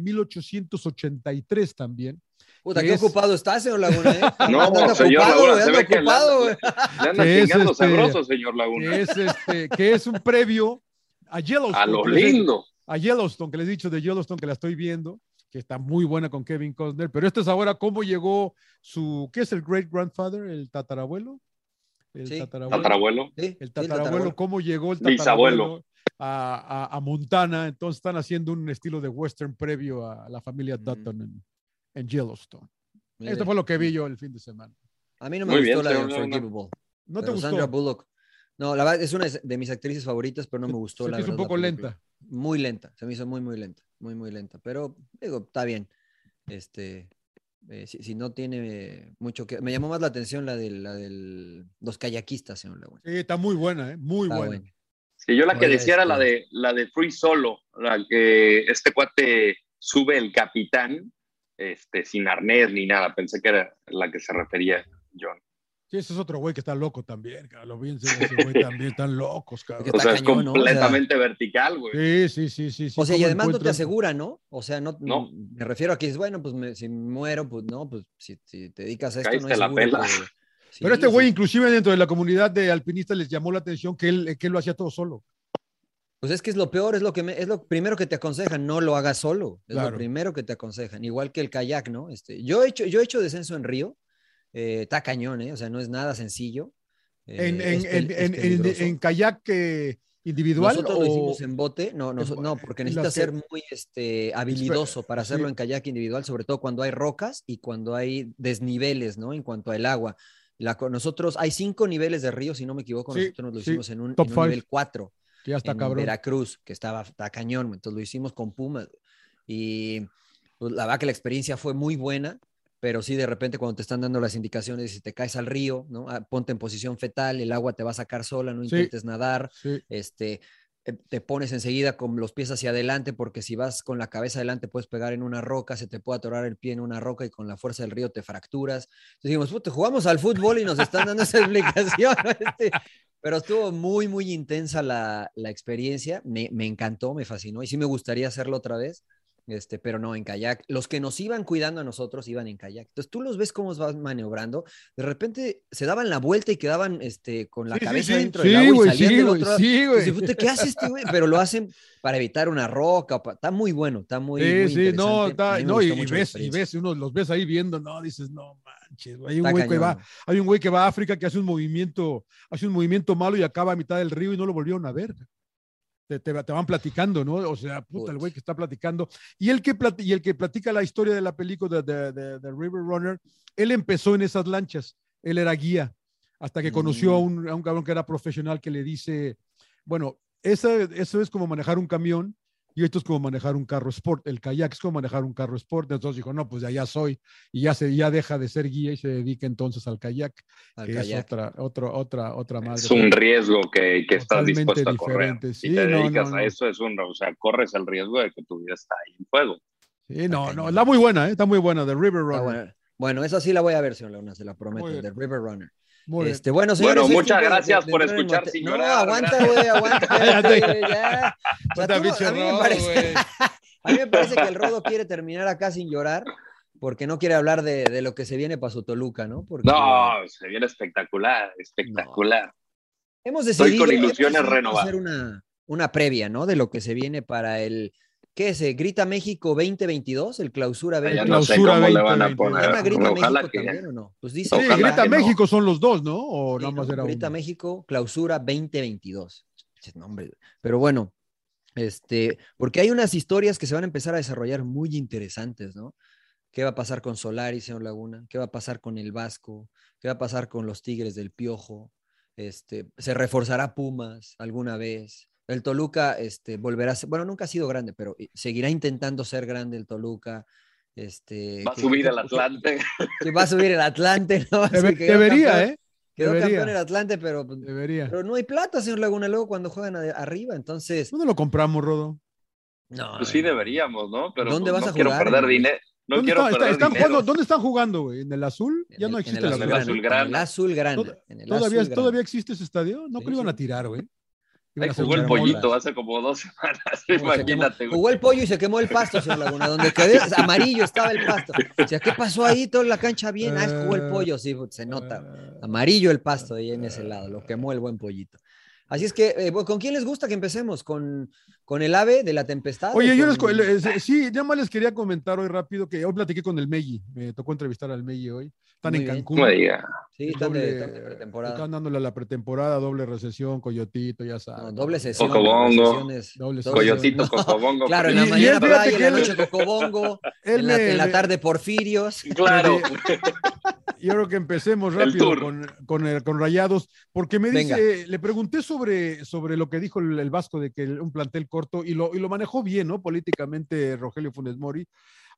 B: 1883 también.
A: Puta,
B: que
A: qué
B: es-
A: ocupado estás, señor Laguna, ¿eh?
C: No,
A: Anda
C: señor
A: ocupado,
C: Laguna,
A: güey,
C: se
A: anda
C: ve que
A: ocupado, güey.
C: Le andan
B: Que es,
C: chingando
B: este,
C: sabroso, señor Laguna.
B: que es, este, que es un previo a Yellowstone.
C: A lo
B: que les he-
C: lindo.
B: a Yellowstone, que les he dicho de Yellowstone que la estoy viendo, que está muy buena con Kevin Costner, pero esta es ahora cómo llegó su, ¿qué es el great grandfather? ¿El tatarabuelo? El
A: Sí.
C: Tatarabuelo.
A: Sí, sí,
B: el tatarabuelo, cómo llegó el
C: Bisabuelo.
B: tatarabuelo a, a- a Montana. Entonces están haciendo un estilo de western previo a la familia
A: Ujú.
B: Dutton en, en Yellowstone.
A: Muy
B: Esto
A: bien.
B: fue lo que vi yo el fin de semana.
A: A mí no me
C: Muy
A: gustó
C: bien,
A: la de
C: señor Laguna.
A: Unforgivable.
B: ¿No te
A: pero
B: gustó?
A: Sandra Bullock. No, la verdad es una de mis actrices favoritas, pero no me gustó
B: Se
A: la
B: te hizo un
A: verdad, la
B: poco
A: película.
B: lenta.
A: Muy lenta, se me hizo muy, muy lenta, muy, muy lenta. Pero digo, está bien. Este, eh, si, si no tiene mucho que. Me llamó más la atención la de la del, los kayakistas, señor Laguna.
B: Sí, está muy buena, ¿eh? muy
A: Está
B: buena.
A: buena.
C: Sí, yo la que
A: Oye,
C: decía era
A: este-
C: la de, la de Free Solo, la que este cuate sube el capitán este, sin arnés ni nada. Pensé que era la que se refería John.
B: Sí, ese es otro güey que está loco también. cabrón. Lo vi en serio, ese güey también están locos,
A: Que
C: O
B: cabrón.
A: está
C: sea, es
A: cañón, ¿no? O sea-
C: completamente vertical, güey.
B: Sí, sí, sí, sí. sí,
A: O sea, y
B: cómo
A: además no te
B: encuentran-
A: asegura, ¿no? O sea, no,
C: No.
A: me refiero a que dices, bueno, pues me- si muero, pues no, pues si, si te dedicas a esto, no
C: Caíste
A: es
C: la
A: seguro
C: pela.
A: que- Sí,
B: Pero este güey,
A: sí.
B: inclusive dentro de la comunidad de alpinistas, les llamó la atención que él, que él lo hacía todo solo.
A: Pues es que es lo peor, es lo que me- es lo primero que te aconsejan, no lo hagas solo, es
B: Claro.
A: lo primero que te aconsejan, igual que el kayak, ¿no? Este, yo he hecho, yo he hecho descenso en río, eh, está cañón, ¿eh? O sea, no es nada sencillo. eh,
B: en, en,
A: es pel- es
B: en- en-
A: peligroso.
B: en kayak eh, individual
A: Nosotros
B: o
A: lo hicimos en bote, no, noso-
B: bo-
A: no, porque
B: en las
A: necesitas
B: que-
A: ser muy este, habilidoso para hacerlo
B: sí.
A: en kayak individual, sobre todo cuando hay rocas y cuando hay desniveles, ¿no? En cuanto al agua. La, co- nosotros hay cinco niveles de río, si no me equivoco,
B: Sí,
A: nosotros lo
B: sí,
A: hicimos en un,
B: top
A: en un
B: five.
A: nivel 4
B: que ya está
A: en
B: cabrón.
A: Veracruz, que estaba está cañón, güey. entonces lo hicimos con Pumas. güey. Y pues, la verdad que la experiencia fue muy buena, pero sí de repente cuando te están dando las indicaciones, si te caes al río, ¿no? Ah, ponte en posición fetal, el agua te va a sacar sola, no
B: Sí.
A: intentes nadar,
B: Sí,
A: este eh, te pones enseguida con los pies hacia adelante porque si vas con la cabeza adelante puedes pegar en una roca, se te puede atorar el pie en una roca y con la fuerza del río te fracturas. Entonces dijimos, "Puta, jugamos al fútbol y nos están dando esa explicación. ¿no? Este, pero estuvo muy, muy intensa la, la experiencia, me, me encantó, me fascinó y sí me gustaría hacerlo otra vez. Este, pero no en kayak. Los que nos iban cuidando a nosotros iban en kayak. Entonces tú los ves cómo vas maniobrando. De repente se daban la vuelta y quedaban este, con la
B: Sí, sí,
A: cabeza
B: sí.
A: dentro
B: Sí,
A: del agua y
B: güey,
A: salían
B: sí,
A: del
B: güey,
A: otro
B: sí, güey.
A: Dice, "Puta, ¿qué hace este güey?" Pero lo hacen para evitar una roca. pa- Está muy bueno, está muy.
B: Sí,
A: muy
B: sí, no,
A: interesante.
B: está-
A: A mí me
B: no, y,
A: gustó
B: y
A: mucho la
B: ves, y
A: experiencia.
B: ves, uno los ves ahí viendo, no, dices, no manches, güey, hay un
A: Está
B: güey que va,
A: cañón.
B: hay un güey que va a África que hace un movimiento, hace un movimiento malo y acaba a mitad del río y no lo volvieron a ver. Te, te va- te van platicando, ¿no? O sea, puta, el güey que está platicando. Y el que, plat- y el que platica la historia de la película de, de- de- de River Runner, él empezó en esas lanchas, él era guía, hasta que conoció a
A: Mm.
B: un, a un cabrón que era profesional que le dice, bueno, esa, eso es como manejar un camión y esto es como manejar un carro sport, el kayak es como manejar un carro sport, entonces dijo, no, pues de allá soy, y ya, se, ya deja de ser guía y se dedica entonces al kayak
A: Al
B: que es
A: kayak.
B: otra, otra, otra, otra madre.
C: Es un riesgo que, que estás
B: Totalmente
C: dispuesto a correr.
B: diferente.
C: si
B: Sí,
C: te
B: no,
C: dedicas
B: no,
C: a
B: no.
C: eso, es un, o sea, corres el riesgo de que tu vida está ahí en juego.
B: Sí, no,
A: Ok,
B: no,
A: no.
B: está muy buena, ¿eh? está muy buena, The River
A: Está
B: Runner.
A: bueno. Bueno, esa sí la voy a ver, señor Leona, se la prometo,
B: Muy bien.
A: de River Runner.
B: Muy bien.
A: Este, bueno, señores,
C: Bueno,
A: es
C: muchas
A: tiempo de-
C: gracias
A: de- de
C: por
A: entrar en
C: escuchar
A: mate-
C: sin
A: no,
C: llorar,
A: aguanta, güey, aguanta. espérate, güey, ya. O sea,
B: Puta,
A: tú no-
B: pinche
A: a, mí me
B: robo,
A: parece,
B: güey.
A: a mí me parece que el Rodo quiere terminar acá sin llorar porque no quiere hablar de, de lo que se viene para su Toluca, ¿no?
B: Pues
A: Porque
C: No, se viene espectacular, espectacular.
A: Hemos
C: Estoy
A: decidido
C: con ilusiones
A: hemos decidido
C: renovadas.
A: hacer una, una previa, ¿no? De lo que se viene para el ¿Qué es? eh, ¿Grita México 2022? ¿El clausura
C: Ah, Ya
A: 2022?
C: no sé
B: Eh, Clausura
C: cómo le van a
B: 20,
A: ¿Se llama
C: poner.
A: Grita
C: Ojalá
A: México
C: que
A: también o no? Pues dice.
B: Sí,
C: Ojalá
B: Grita
C: que no.
B: México son los dos, ¿no? O
A: Sí,
B: nada más
A: no,
B: era
A: Grita
B: uno.
A: México, clausura 2022. Che, no, hombre. Pero bueno, este, porque hay unas historias que se van a empezar a desarrollar muy interesantes, ¿no? ¿Qué va a pasar con Solaris en Laguna? ¿Qué va a pasar con el Vasco? ¿Qué va a pasar con los Tigres del Piojo? Este, ¿Se reforzará Pumas alguna vez? El Toluca este, volverá a ser, bueno, nunca ha sido grande, pero eh, seguirá intentando ser grande el Toluca. Este,
C: va a
A: que-
C: subir
A: que-
C: al Atlante.
A: que va a subir el Atlante. ¿no? Así
B: Debe-
A: que quedó
B: debería,
A: campeón-
B: ¿eh?
A: Quedó campeón
B: debería.
A: el Atlante, pero pues,
B: Debería.
A: pero no hay plata, señor Laguna, luego cuando juegan ade- arriba, entonces.
B: ¿Dónde lo compramos, Rodo?
A: No.
C: Pues sí deberíamos, ¿no? Pero
A: ¿Dónde
C: pues,
A: vas
C: no
A: a
C: quiero
A: jugar,
C: perder
A: güey?
C: dinero. No
B: ¿Dónde,
C: quiero
B: está- está-
C: perder
B: están
C: dinero.
B: jugando- ¿Dónde están jugando, güey? ¿En el azul?
A: en
B: Ya
A: el-
B: no
A: en
B: existe
A: el
B: el
C: azul.
B: azul.
A: Azulgrana.
C: Azulgrana.
A: En el Azulgrana.
B: Tod-
A: en el
B: ¿Todavía,
A: Azulgrana.
B: ¿Todavía existe ese estadio? No
A: Sí,
B: creo que iban
A: sí.
B: a tirar, güey. Iban
C: Ay,
B: a hacer
C: jugó
B: un
C: el
A: armón.
B: remolque.
C: pollito hace como dos semanas.
A: No, se quemó-
C: Imagínate, güey.
A: Jugó el pollo y se quemó el pasto, señor Laguna, donde quedó amarillo estaba el pasto. O sea, ¿qué pasó ahí? Toda la cancha bien. Ah, jugó el pollo, sí, se
B: Ah,
A: nota. güey. Amarillo el pasto ahí en ese lado, lo quemó el buen pollito. Así es que, eh, bueno, ¿con quién les gusta que empecemos? ¿Con, con el ave de la tempestad?
B: Oye,
A: o
B: yo les,
A: con-
B: co- les- eh, sí, ya más les quería comentar hoy rápido que hoy platiqué con el Meji, me tocó entrevistar al Meji hoy, están
A: Muy
B: en
A: bien.
B: Cancún,
C: No me diga.
A: Sí,
B: el
A: están de,
B: doble-
A: están de pretemporada.
B: están dándole a la pretemporada, doble recesión, coyotito, ya sabes.
A: No, doble sesión.
C: Cocobongo.
A: sesiones-
B: Doble
A: doble
B: sesión.
A: sesión.
C: Coyotito, Cocobongo.
A: Claro, en
B: Y-
A: la
B: y él,
A: mañana
B: fíjate
A: playa, en
B: que
A: la
B: él-
A: noche cocobongo,
B: Él
A: en la,
B: me-
A: en la
B: me-
A: tarde porfirios.
C: Claro. pues
B: Y ahora que empecemos
C: El
B: rápido
C: tour.
B: con, con, el- con Rayados, porque me
A: Venga.
B: dice, le pregunté sobre, sobre lo que dijo el, el Vasco de que el- un plantel corto y lo, y lo manejó bien, ¿no? Políticamente Rogelio Funes Mori,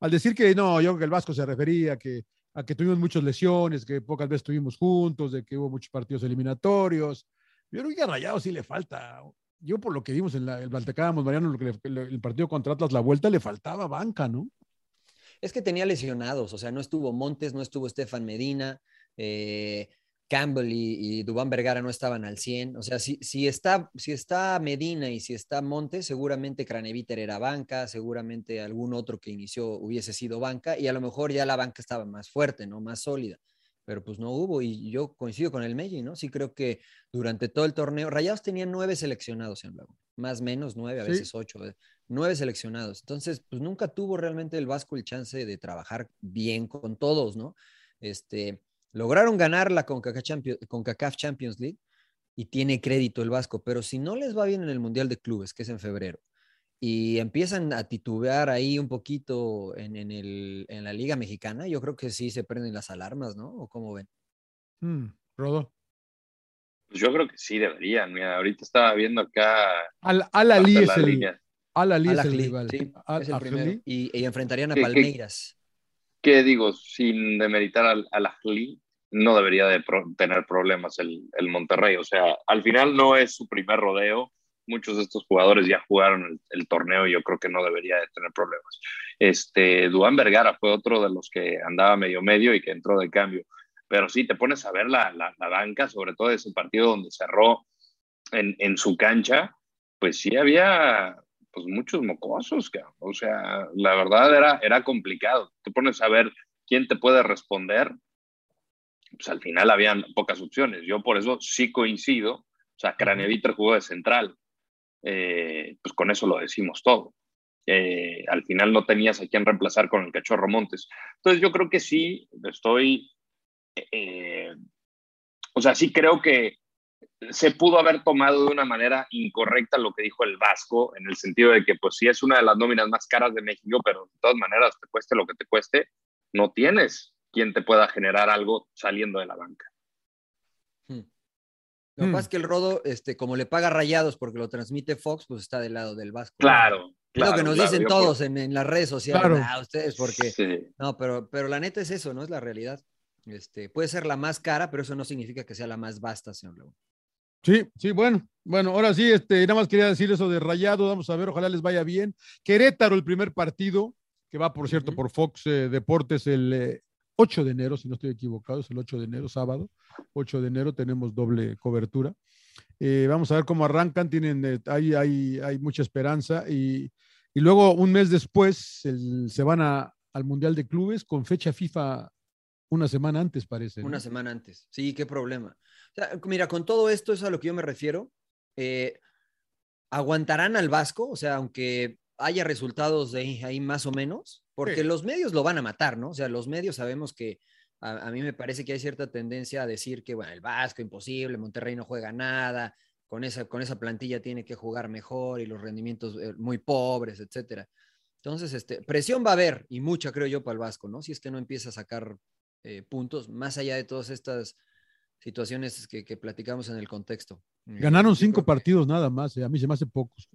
B: al decir que no, yo creo que el Vasco se refería a que, a que tuvimos muchas lesiones, que pocas veces estuvimos juntos, de que hubo muchos partidos eliminatorios. Yo creo que a Rayados sí le falta. Yo por lo que vimos en la, el Valtecamos, Mariano, lo que le- le- el partido contra Atlas, la vuelta le faltaba banca, ¿no?
A: Es que tenía lesionados, o sea, no estuvo Montes, no estuvo Estefan Medina, eh, Campbell y, y Dubán Vergara no estaban al 100. O sea, si, si, está, si está Medina y si está Montes, seguramente Craneviter era banca, seguramente algún otro que inició hubiese sido banca y a lo mejor ya la banca estaba más fuerte, ¿no? Más sólida. Pero pues no hubo y yo coincido con el Meji, ¿no? Sí creo que durante todo el torneo, Rayados tenía nueve seleccionados en Laguna, más menos nueve, a
B: Sí.
A: veces ocho, eh, nueve seleccionados. Entonces, pues nunca tuvo realmente el Vasco el chance de trabajar bien con todos, ¿no? Este, lograron ganar la CONCACAF Champions, CONCACAF Champions League y tiene crédito el Vasco, pero si no les va bien en el Mundial de Clubes, que es en febrero, y empiezan a titubear ahí un poquito en, en el- en la Liga Mexicana, yo creo que sí se prenden las alarmas, ¿no? ¿O cómo ven?
B: Mm, Rodo.
C: Pues yo creo que sí deberían. Mira, ahorita estaba viendo acá.
B: Al, al Ali es
C: la
B: el,
C: línea.
B: Al Ali
A: Al
B: es el
A: Ahly,
B: rival.
A: sí,
B: Al
A: es el
B: Ahly.
A: primero. Y, y enfrentarían a
C: Sí, sí.
A: Palmeiras.
C: Que digo, sin demeritar al, al Ahly, no debería de pro- tener problemas el, el Monterrey. O sea, al final no es su primer rodeo. Muchos de estos jugadores ya jugaron el, el torneo y yo creo que no debería de tener problemas. Este, Duan Vergara fue otro de los que andaba medio medio y que entró de cambio. Pero sí, te pones a ver la, la, la banca, sobre todo ese partido donde cerró en, en su cancha, pues sí había pues muchos mocosos, cabrón. o sea, la verdad era, era complicado. Te pones a ver quién te puede responder, pues al final habían pocas opciones. Yo por eso sí coincido, o sea, Craneviter jugó de central, Eh, pues con eso lo decimos todo. Eh, al final no tenías a quién reemplazar con el cachorro Montes. Entonces yo creo que sí, estoy, eh, o sea, sí creo que se pudo haber tomado de una manera incorrecta lo que dijo el Vasco, en el sentido de que, pues sí, es una de las nóminas más caras de México, pero de todas maneras, te cueste lo que te cueste, no tienes quien te pueda generar algo saliendo de la banca.
A: Hmm. Lo que
B: Hmm.
A: pasa es que el Rodo, este, como le paga rayados porque lo transmite Fox, pues está del lado del Vasco. ¿no?
C: Claro,
A: Es
C: claro.
A: lo que nos
C: claro,
A: dicen
C: yo
A: todos en, en las redes sociales.
B: Claro.
A: Ah, ustedes,
C: por-
A: porque.
C: Sí.
A: No, pero, pero la neta es eso, ¿no? Es la realidad. Este, puede ser la más cara, pero eso no significa que sea la más vasta, señor Laguna.
B: Sí, sí, bueno. Bueno, ahora sí, este, nada más quería decir eso de Rayado, vamos a ver, ojalá les vaya bien. Querétaro, el primer partido, que va, por cierto,
A: Ujú.
B: por Fox eh, Deportes el eh, 8 de enero, si no estoy equivocado, es el 8 de enero, sábado, 8 de enero, tenemos doble cobertura. Eh, vamos a ver cómo arrancan, tienen, eh, hay, hay, hay mucha esperanza y, y luego un mes después el- se van a- al Mundial de Clubes con fecha FIFA una semana antes, parece. ¿no?
A: Una semana antes. Sí, qué problema. O sea, mira, con todo esto es a lo que yo me refiero. Eh, ¿Aguantarán al Vasco? O sea, aunque haya resultados de ahí, ahí más o menos, porque
B: Sí.
A: los medios lo van a matar, ¿no? O sea, los medios sabemos que a, a mí me parece que hay cierta tendencia a decir que, bueno, el Vasco imposible, Monterrey no juega nada, con esa, con esa plantilla tiene que jugar mejor y los rendimientos eh, muy pobres, etcétera. Entonces, este, presión va a haber y mucha, creo yo, para el Vasco, ¿no? Si es que no empieza a sacar eh, puntos más allá de todas estas situaciones que, que platicamos en el contexto. Eh,
B: Ganaron
A: yo
B: cinco
A: creo que
B: partidos nada más, eh, a mí se me hace pocos.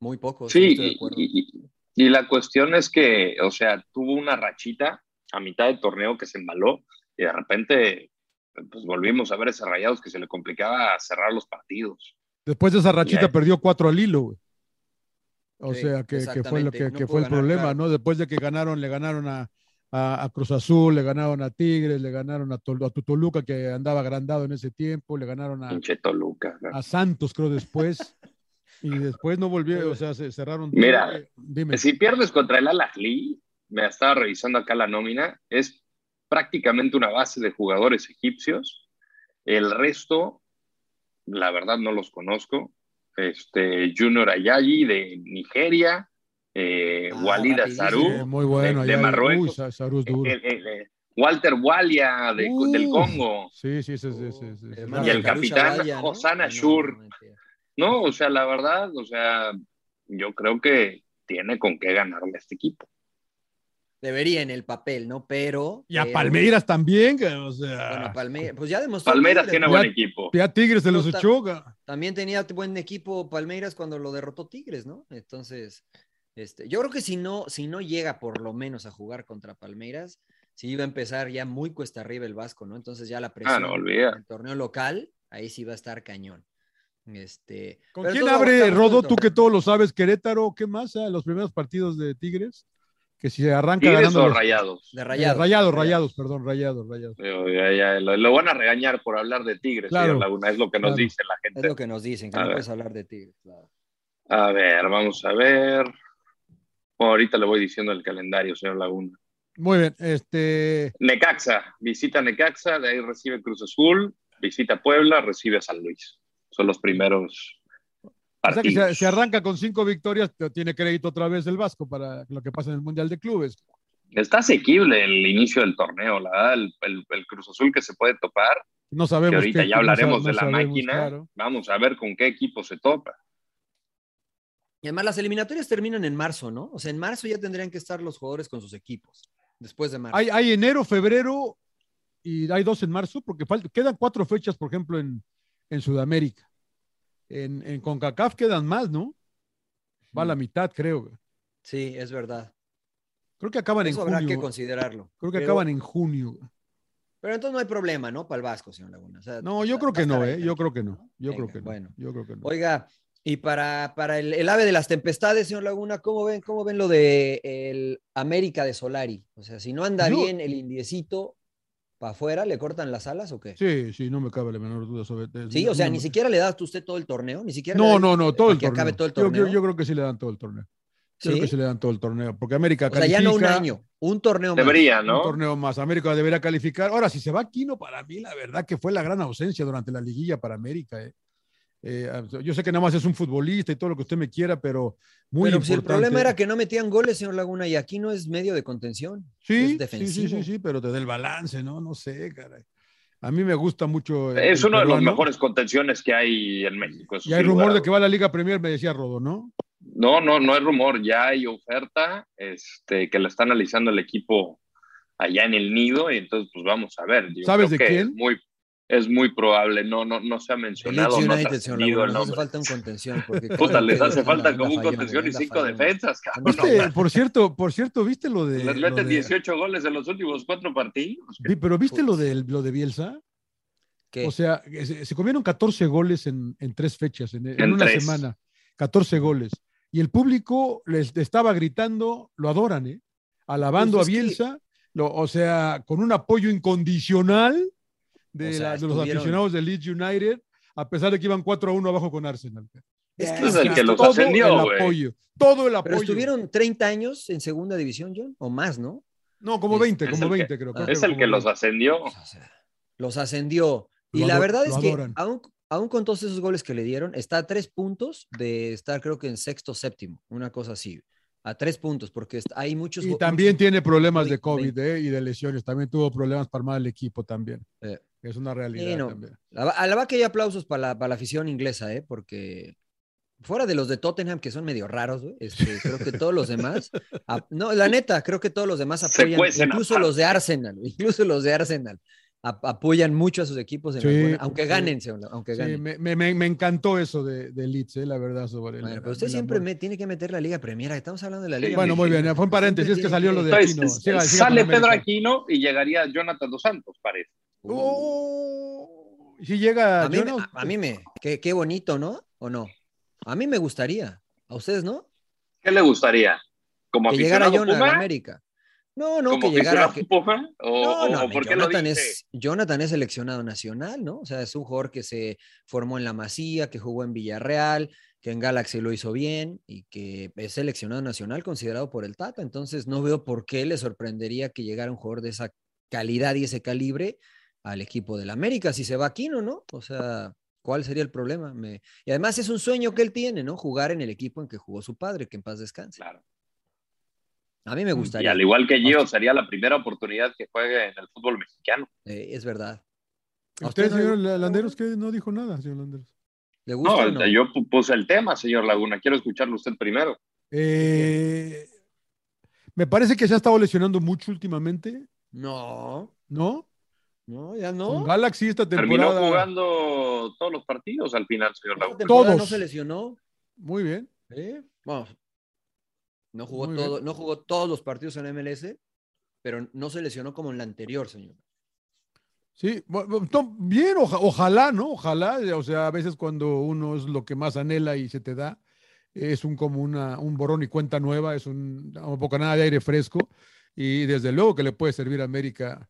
A: Muy pocos.
C: Sí,
A: pues, estoy de
C: y,
A: acuerdo.
C: y- y la cuestión es que, o sea, tuvo una rachita a mitad del torneo que se embaló y de repente pues volvimos a ver ese rayados que se le complicaba cerrar los partidos.
B: Después de esa rachita
C: Ya.
B: perdió cuatro al hilo, güey. O
A: Sí,
B: sea, que, que fue, lo
A: exactamente.
B: que,
A: No pudo
B: que fue el
A: ganar,
B: problema,
A: claro.
B: ¿no? Después de que ganaron, le ganaron a, a- a Cruz Azul, le ganaron a Tigres, le ganaron a, Tol- a Tutoluca, que andaba agrandado en ese tiempo, le ganaron
A: Ah.
B: a,
C: Pinche Toluca. ¿no?
B: a Santos, creo, después. y después no volvió, o sea, se cerraron. todo.
C: Mira,
B: Eh, dime.
C: Si pierdes contra el Al Ahly, me estaba revisando acá la nómina, es prácticamente una base de jugadores egipcios. El resto, la verdad, no los conozco. Este, Junior Ayayi de Nigeria, eh,
A: Ah,
C: Walid
A: rapidísimo.
B: Sí,
C: Azaru,
B: muy bueno.
C: de- de
B: allá.
C: Marruecos. Eh,
B: Uy, Sa- Sarú es
C: el-
B: duro. Uh.
C: el- el- Walter Walia de-
B: Uf.
C: del Congo,
B: Sí, sí, sí, sí,
A: Oh,
B: sí, sí, sí.
A: hermano
C: Y el
A: de Carucha
C: capitán,
A: Valla, ¿no?
C: Hosanna
A: Ah, no,
C: Shur.
A: no, mentira.
C: ¿no? O sea, la verdad, o sea, yo creo que tiene con qué ganarle a este equipo.
A: Debería en el papel, ¿no? Pero.
B: Y a
A: pero-
B: Palmeiras también, que, o
A: Eh, Bueno,
B: sea.
A: Palmeiras. Pues ya demostró.
C: Palmeiras
A: Tigres,
C: tiene
A: ¿no?
C: buen equipo.
B: Ya Tigres se
A: No
B: los
A: está-
B: echó. ga-
A: También tenía buen equipo Palmeiras cuando lo derrotó Tigres, ¿no? Entonces, este, yo creo que si no, si no llega por lo menos a jugar contra Palmeiras, sí iba a empezar ya muy cuesta arriba el Vasco, ¿no? Entonces ya la presión
C: Ah, no, olvida.
A: el torneo local, ahí sí va a estar cañón. Este,
B: ¿Con
A: pero
B: quién
A: todos
B: abre
A: aguantamos
B: Rodo?
A: todo el
B: Tú que
A: torneo.
B: todo lo sabes, Querétaro, ¿qué más? Ah, Los primeros partidos de Tigres, que si arranca
C: ¿Tigres
B: ganando.
C: o
B: los-
C: Rayados?
A: De
B: eh,
A: rayados.
B: rayados, rayados, perdón, rayados, rayados.
C: Digo, ya, ya, lo, lo van a regañar por hablar de Tigres,
B: Claro,
C: señor Laguna, es lo que nos
B: claro.
C: dice la
A: Es
C: gente.
A: lo que nos dicen, que
C: A
A: no
C: ver.
A: puedes hablar de Tigres, claro.
C: A ver, vamos a ver. Bueno, ahorita le voy diciendo el calendario, señor Laguna.
B: Muy bien, este.
C: Necaxa, visita Necaxa, de ahí recibe Cruz Azul, visita Puebla, recibe a San Luis. Son los primeros
B: O sea que
C: partidos.
B: se, se arranca con cinco victorias, pero tiene crédito otra vez el Vasco para lo que pasa en el Mundial de Clubes.
C: Está asequible el inicio del torneo, la verdad, el, el- el Cruz Azul que se puede topar,
B: No
C: que
B: sabemos.
C: ahorita
B: qué-
C: ya
B: no
C: hablaremos
B: sab- no
C: de la
B: sabemos,
C: máquina.
B: claro.
C: Vamos a ver con qué equipo se topa.
A: Y además las eliminatorias terminan en marzo, ¿no? O sea, en marzo ya tendrían que estar los jugadores con sus equipos, después de marzo.
B: Hay, hay enero, febrero y hay dos en marzo, porque falta- quedan cuatro fechas, por ejemplo, en, en Sudamérica. En, en CONCACAF quedan más, ¿no? Va a
A: Mm.
B: la mitad, creo.
A: Sí, es verdad.
B: Creo que acaban
A: Eso
B: en
A: habrá que
B: junio.
A: considerarlo.
B: Creo que
A: Pero-
B: acaban en junio.
A: Pero entonces no hay problema, ¿no? Para el Vasco, señor Laguna. O sea,
B: No, yo
A: va-
B: creo
A: va
B: que
A: a
B: no,
A: estar ahí
B: ¿eh? Yo creo que
A: tranquilo,
B: no. Yo creo
A: Venga,
B: que no.
A: Bueno,
B: Yo creo que no.
A: oiga, y para, para el, el ave de las tempestades, señor Laguna, ¿cómo ven, cómo ven lo de el América de Solari? O sea, si no anda
B: Yo-
A: bien el indiecito para afuera, ¿le cortan las alas o qué? Sí,
B: Sí, sí, no me cabe la menor duda sobre
A: o sea,
B: no
A: ni
B: me-
A: siquiera le das usted todo el torneo, ni siquiera. le
B: No,
A: das-
B: no, no, todo el
A: que
B: torneo.
A: acabe todo el
B: Yo- yo- Yo,
A: torneo.
B: creo que sí le dan todo el torneo. Creo
A: ¿Sí?
B: que sí le dan todo el torneo, porque América
A: O sea, ya no un
B: califica-
A: año, un torneo más.
C: Debería,
B: Un
C: ¿no?
B: torneo más. América deberá calificar. Ahora, si se va Aquino, para mí la verdad que fue la gran ausencia durante la liguilla para América. eh. Eh, yo sé que nada más es un futbolista y todo lo que usted me quiera, pero muy
A: Pero si el
B: importante.
A: problema era que no metían goles, señor Laguna, y aquí no es medio de contención.
B: sí,
A: es
B: sí, sí,
A: defensivo.
B: sí, sí, pero desde el balance, ¿no? No sé, caray. A mí me gusta mucho. eh,
C: Es
B: el
C: uno de los
B: peruano.
C: mejores contenciones que hay en México. eso
B: Y hay
C: sin
B: rumor
C: lugar
B: de
C: a
B: que va a la Liga Premier, me decía Rodo, ¿no?
C: No, no, no es rumor, ya hay oferta este, que la está analizando el equipo allá en el nido y entonces pues vamos a ver. Yo
B: ¿Sabes de
C: creo que
B: quién?
C: Es muy, es muy probable, no, no, no se ha
A: El Leeds
C: mencionado, no
A: United,
C: ha
A: señor
C: trascendido
A: Laguna,
C: el
A: les hace
C: nombre.
A: falta un contención. Porque
C: Puta,
A: claro
C: les
A: que
C: hace
A: anda-
C: falta
A: anda
C: como un
A: fallón,
C: contención y
A: anda
C: cinco
A: fallón.
C: defensas, cabrón.
A: Anda
C: no
B: Viste,
C: mames.
B: por cierto, por cierto, ¿viste lo de.
C: Les
B: lo
C: meten
B: de-
C: 18 goles en los últimos cuatro partidos.
B: Vi- Pero ¿viste lo de, lo de Bielsa?
A: ¿Qué?
B: O sea, que se, se comieron 14 goles en, en tres fechas, en, en
C: En
B: una
C: tres.
B: semana. 14 goles. Y el público les estaba gritando, lo adoran, ¿eh? Alabando
A: Pues
B: a
A: es que-
B: Bielsa, lo- o sea, con un apoyo incondicional de,
A: O sea,
B: la- de los
A: estuvieron-
B: aficionados del Leeds United, a pesar de que iban 4 a 1 abajo con Arsenal.
A: Es que-
C: Este Es el que los
B: todo
C: ascendió,
B: el
C: güey.
B: apoyo, todo el apoyo.
A: pero estuvieron 30 años en segunda división, John, o más, ¿no?
B: No, como
A: Es-
B: 20,
C: es
B: como
C: el que-
B: 20 creo. creo
A: ah,
B: que
C: Es el
B: como
C: que los
B: 20.
C: ascendió.
A: O sea, los ascendió. Y
B: Lo
A: la
B: ado-
A: verdad es
B: lo
A: que,
B: adoran.
A: aun, aún con todos esos goles que le dieron, está a tres puntos de estar, creo que en sexto, séptimo, una cosa así. A tres puntos, porque hay muchos.
B: Y también
A: muchos-
B: tiene problemas de COVID ¿eh? y de lesiones. También tuvo problemas para armar el equipo también.
A: Eh.
B: Es una realidad
A: Sí, no.
B: también.
A: La va- a la vaca hay aplausos para la, para la afición inglesa, ¿eh? Porque fuera de los de Tottenham, que son medio raros, güey, este, creo que todos los demás. ap- no, la neta, creo que todos los demás
C: Se
A: apoyan,
C: cuecen
A: incluso
C: aparte.
A: los de Arsenal, incluso los de Arsenal. ap- apoyan mucho a sus equipos, en las
B: Sí,
A: buenas- aunque
B: sí.
A: ganen, se- aunque
B: Sí,
A: ganen.
B: me, me- me- me encantó eso de, de Leeds, ¿eh? la verdad, sobre el-
A: Bueno,
B: el-
A: pero usted
B: el
A: siempre
B: amor.
A: me, tiene que meter la Liga Premier. Estamos hablando de la
C: Sí.
A: Liga
B: Bueno, muy
A: Mexicana.
B: bien, fue un
A: Siempre
B: paréntesis que
A: tiene
B: salió lo de
C: Entonces,
B: Aquino.
C: es-
B: Siga,
C: es-
B: siga con
C: sale
B: América.
C: Pedro Aquino y llegaría Jonathan dos Santos, parece.
B: Uh, Oh, si llega
A: A mí, me-
B: Jonas,
A: a- a mí me, qué, qué bonito, ¿no? ¿O no? A mí me gustaría. ¿A ustedes no?
C: ¿Qué le gustaría? ¿Como
A: Que llegara
C: aficionado
A: Jonathan a
C: Puma?
A: América. No, no,
C: ¿Como
A: que llegara.
C: aficionado
A: que-
C: Puma? ¿O,
A: No,
C: o-
A: no,
C: o
A: no,
C: por qué lo
A: Jonathan,
C: dice?
A: es, Jonathan es seleccionado nacional, ¿no? O sea, es un jugador que se formó en la Masía, que jugó en Villarreal, que en Galaxy lo hizo bien y que es seleccionado nacional considerado por el Tata. Entonces, no veo por qué le sorprendería que llegara un jugador de esa calidad y ese calibre al equipo del América si se va Aquino, ¿no? O sea, ¿cuál sería el problema? Me- Y además es un sueño que él tiene, ¿no? Jugar en el equipo en que jugó su padre, que en paz descanse.
C: Claro.
A: A mí me
C: Y
A: gustaría.
C: al igual que Gio, sería la primera oportunidad que juegue en el fútbol mexicano.
A: eh, es verdad. ¿A
B: usted,
A: usted no le
B: señor
A: gusta,
B: Landeros, que no dijo nada, señor Landeros.
A: ¿Le gusta
C: No,
A: o no?
C: yo pu- puse el tema, señor Laguna. Quiero escucharlo usted primero.
B: Eh, me parece que se ha estado lesionando mucho últimamente,
A: No,
B: ¿no?
A: no, ya
B: Con
A: no.
B: Galaxy esta
C: Terminó
B: temporada.
C: jugando todos los partidos al final, señor
A: Esta
C: Laguna.
A: temporada no
B: Todos.
A: se lesionó.
B: Muy bien.
A: ¿eh? Vamos. No jugó,
B: Muy
A: todo, no jugó todos los partidos en MLS, pero no se lesionó como en la anterior, señor.
B: Sí, bu- bu- to- bien, oja- ojalá, ¿no? Ojalá, eh, o sea, a veces cuando uno es lo que más anhela y se te da, es un como una, un borrón y cuenta nueva, es un, una bocanada de aire fresco y desde luego que le puede servir a América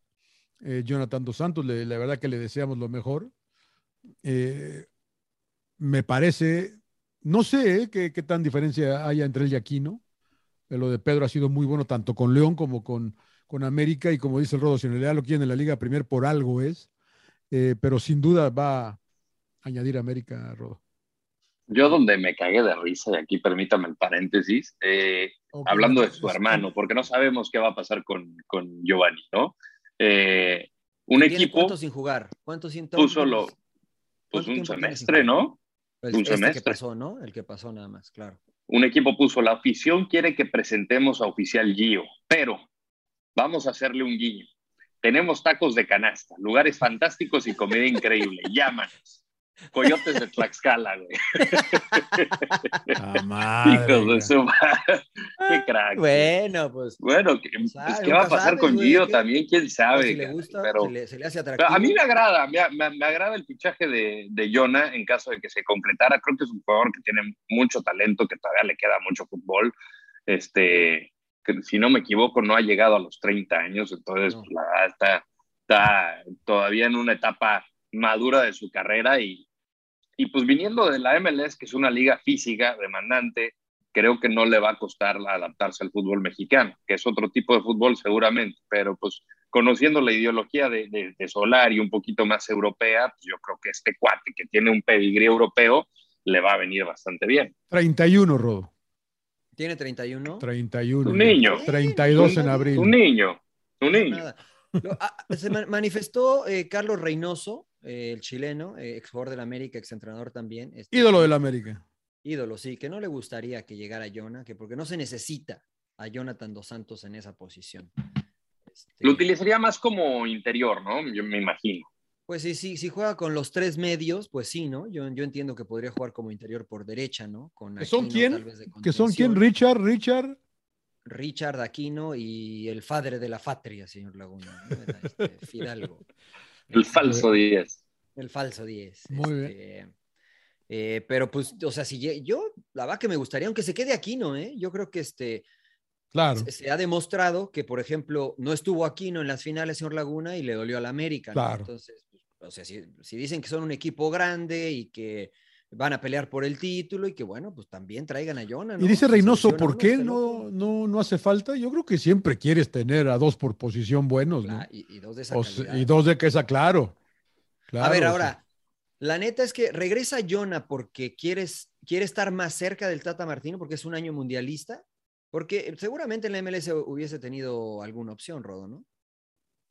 B: eh, Jonathan Dos Santos, le- la verdad que le deseamos lo mejor. Eh, me parece, no sé eh, qué, qué tan diferencia haya entre él y Aquino, Eh, lo de Pedro ha sido muy bueno tanto con León como con con América y como dice el Rodo, si en realidad lo quieren en la Liga Premier por algo es, eh, pero sin duda va a añadir América, Rodo.
C: Yo donde me cagué de risa, y aquí permítame el paréntesis, eh, hablando de su hermano, porque no sabemos qué va a pasar con, con Giovanni, ¿no? Eh, un
A: ¿Tiene
C: equipo
A: ¿Cuánto sin jugar? ¿Cuánto sin
C: puso lo,
A: ¿Cuánto
C: pues un
A: tiempo tiene sin
C: semestre,
A: jugar?
C: ¿no?
A: El-
C: un
A: este que
C: semestre.
A: pasó, ¿no? El que pasó nada más, claro.
C: Un equipo puso, la afición quiere que presentemos a oficial Gio, pero vamos a hacerle un guiño. Tenemos tacos de canasta, lugares fantásticos y comida increíble. Llámanos. Coyotes de Tlaxcala, güey. pues.
B: Ah,
C: Hijos de su madre.
A: Ah,
C: Qué crack. güey.
A: Bueno, pues.
C: Bueno, que-
A: Pues, ah,
C: pues, ¿qué
A: nunca
C: va a pasar
A: sabes,
C: con
A: güey,
C: Gio
A: que-
C: también? ¿Quién sabe?
A: si le
C: caray?
A: gusta,
C: pero,
A: se, le, se le hace
C: pero
A: atractivo.
C: a mí me agrada, me, me- me agrada el fichaje de, de Jonah en caso de que se concretara. Creo que es un jugador que tiene mucho talento, que todavía le queda mucho fútbol. Este, que, si no me equivoco, no ha llegado a los 30 años, entonces
A: No.
C: pues, la verdad está, está todavía en una etapa madura de su carrera y, y pues viniendo de la MLS, que es una liga física, demandante, creo que no le va a costar adaptarse al fútbol mexicano, que es otro tipo de fútbol seguramente, pero pues conociendo la ideología de, de, de Solari un poquito más europea, pues, yo creo que este cuate que tiene un pedigrí europeo le va a venir bastante bien.
B: 31, Rodo.
A: Tiene 31.
B: 31.
C: Un niño,
B: 32 en
A: Un-
B: abril.
C: un niño, un niño.
A: Nada. Lo- ah, se ma- manifestó eh, Carlos Reynoso, eh, el chileno, eh, ex jugador del América, ex entrenador también. este,
B: Ídolo del América.
A: Ídolo, sí, que no le gustaría que llegara Jonah, que porque no se necesita a Jonathan dos Santos en esa posición. Este,
C: Lo utilizaría más como interior, ¿no? Yo me imagino.
A: Pues sí, sí, si juega con los tres medios, pues sí, ¿no? Yo, yo entiendo que podría jugar como interior por derecha, ¿no? Con
B: ¿Que son
A: Aquino,
B: quién?
A: tal vez, de
B: ¿Que son quién?
A: contención.
B: Richard, Richard.
A: Richard Aquino y el padre de la fatria, señor Laguna, ¿no? Este, Fidalgo.
C: El falso 10.
A: El falso 10.
B: Muy bien.
A: este, eh, pero pues, o sea, si lle- yo, la verdad que me gustaría, aunque se quede Aquino, ¿eh? Yo creo que este,
B: Claro,
A: se, se ha demostrado que, por ejemplo, no estuvo Aquino en las finales, señor Laguna, y le dolió al América. ¿no?
B: Claro.
A: Entonces, pues, o sea, si, si dicen que son un equipo grande y que van a pelear por el título y que, bueno, pues también traigan a Jonah. ¿no? Este
B: Y dice
A: Si
B: Reynoso,
A: se lesiona
B: ¿por
A: uno,
B: qué
A: está el
B: no,
A: otro.
B: no, no hace falta? Yo creo que siempre quieres tener a dos por posición buenos, Pues, ¿no?
A: Claro, Ah, y, y dos de esa
B: O sea,
A: calidad.
B: y dos de que esa, claro.
A: a ver,
B: Claro, o sea,
A: ahora, La neta es que regresa Jonah porque quieres, quiere estar más cerca del Tata Martino porque es un año mundialista. Porque seguramente en la MLS hubiese tenido alguna opción, Rodo, ¿no?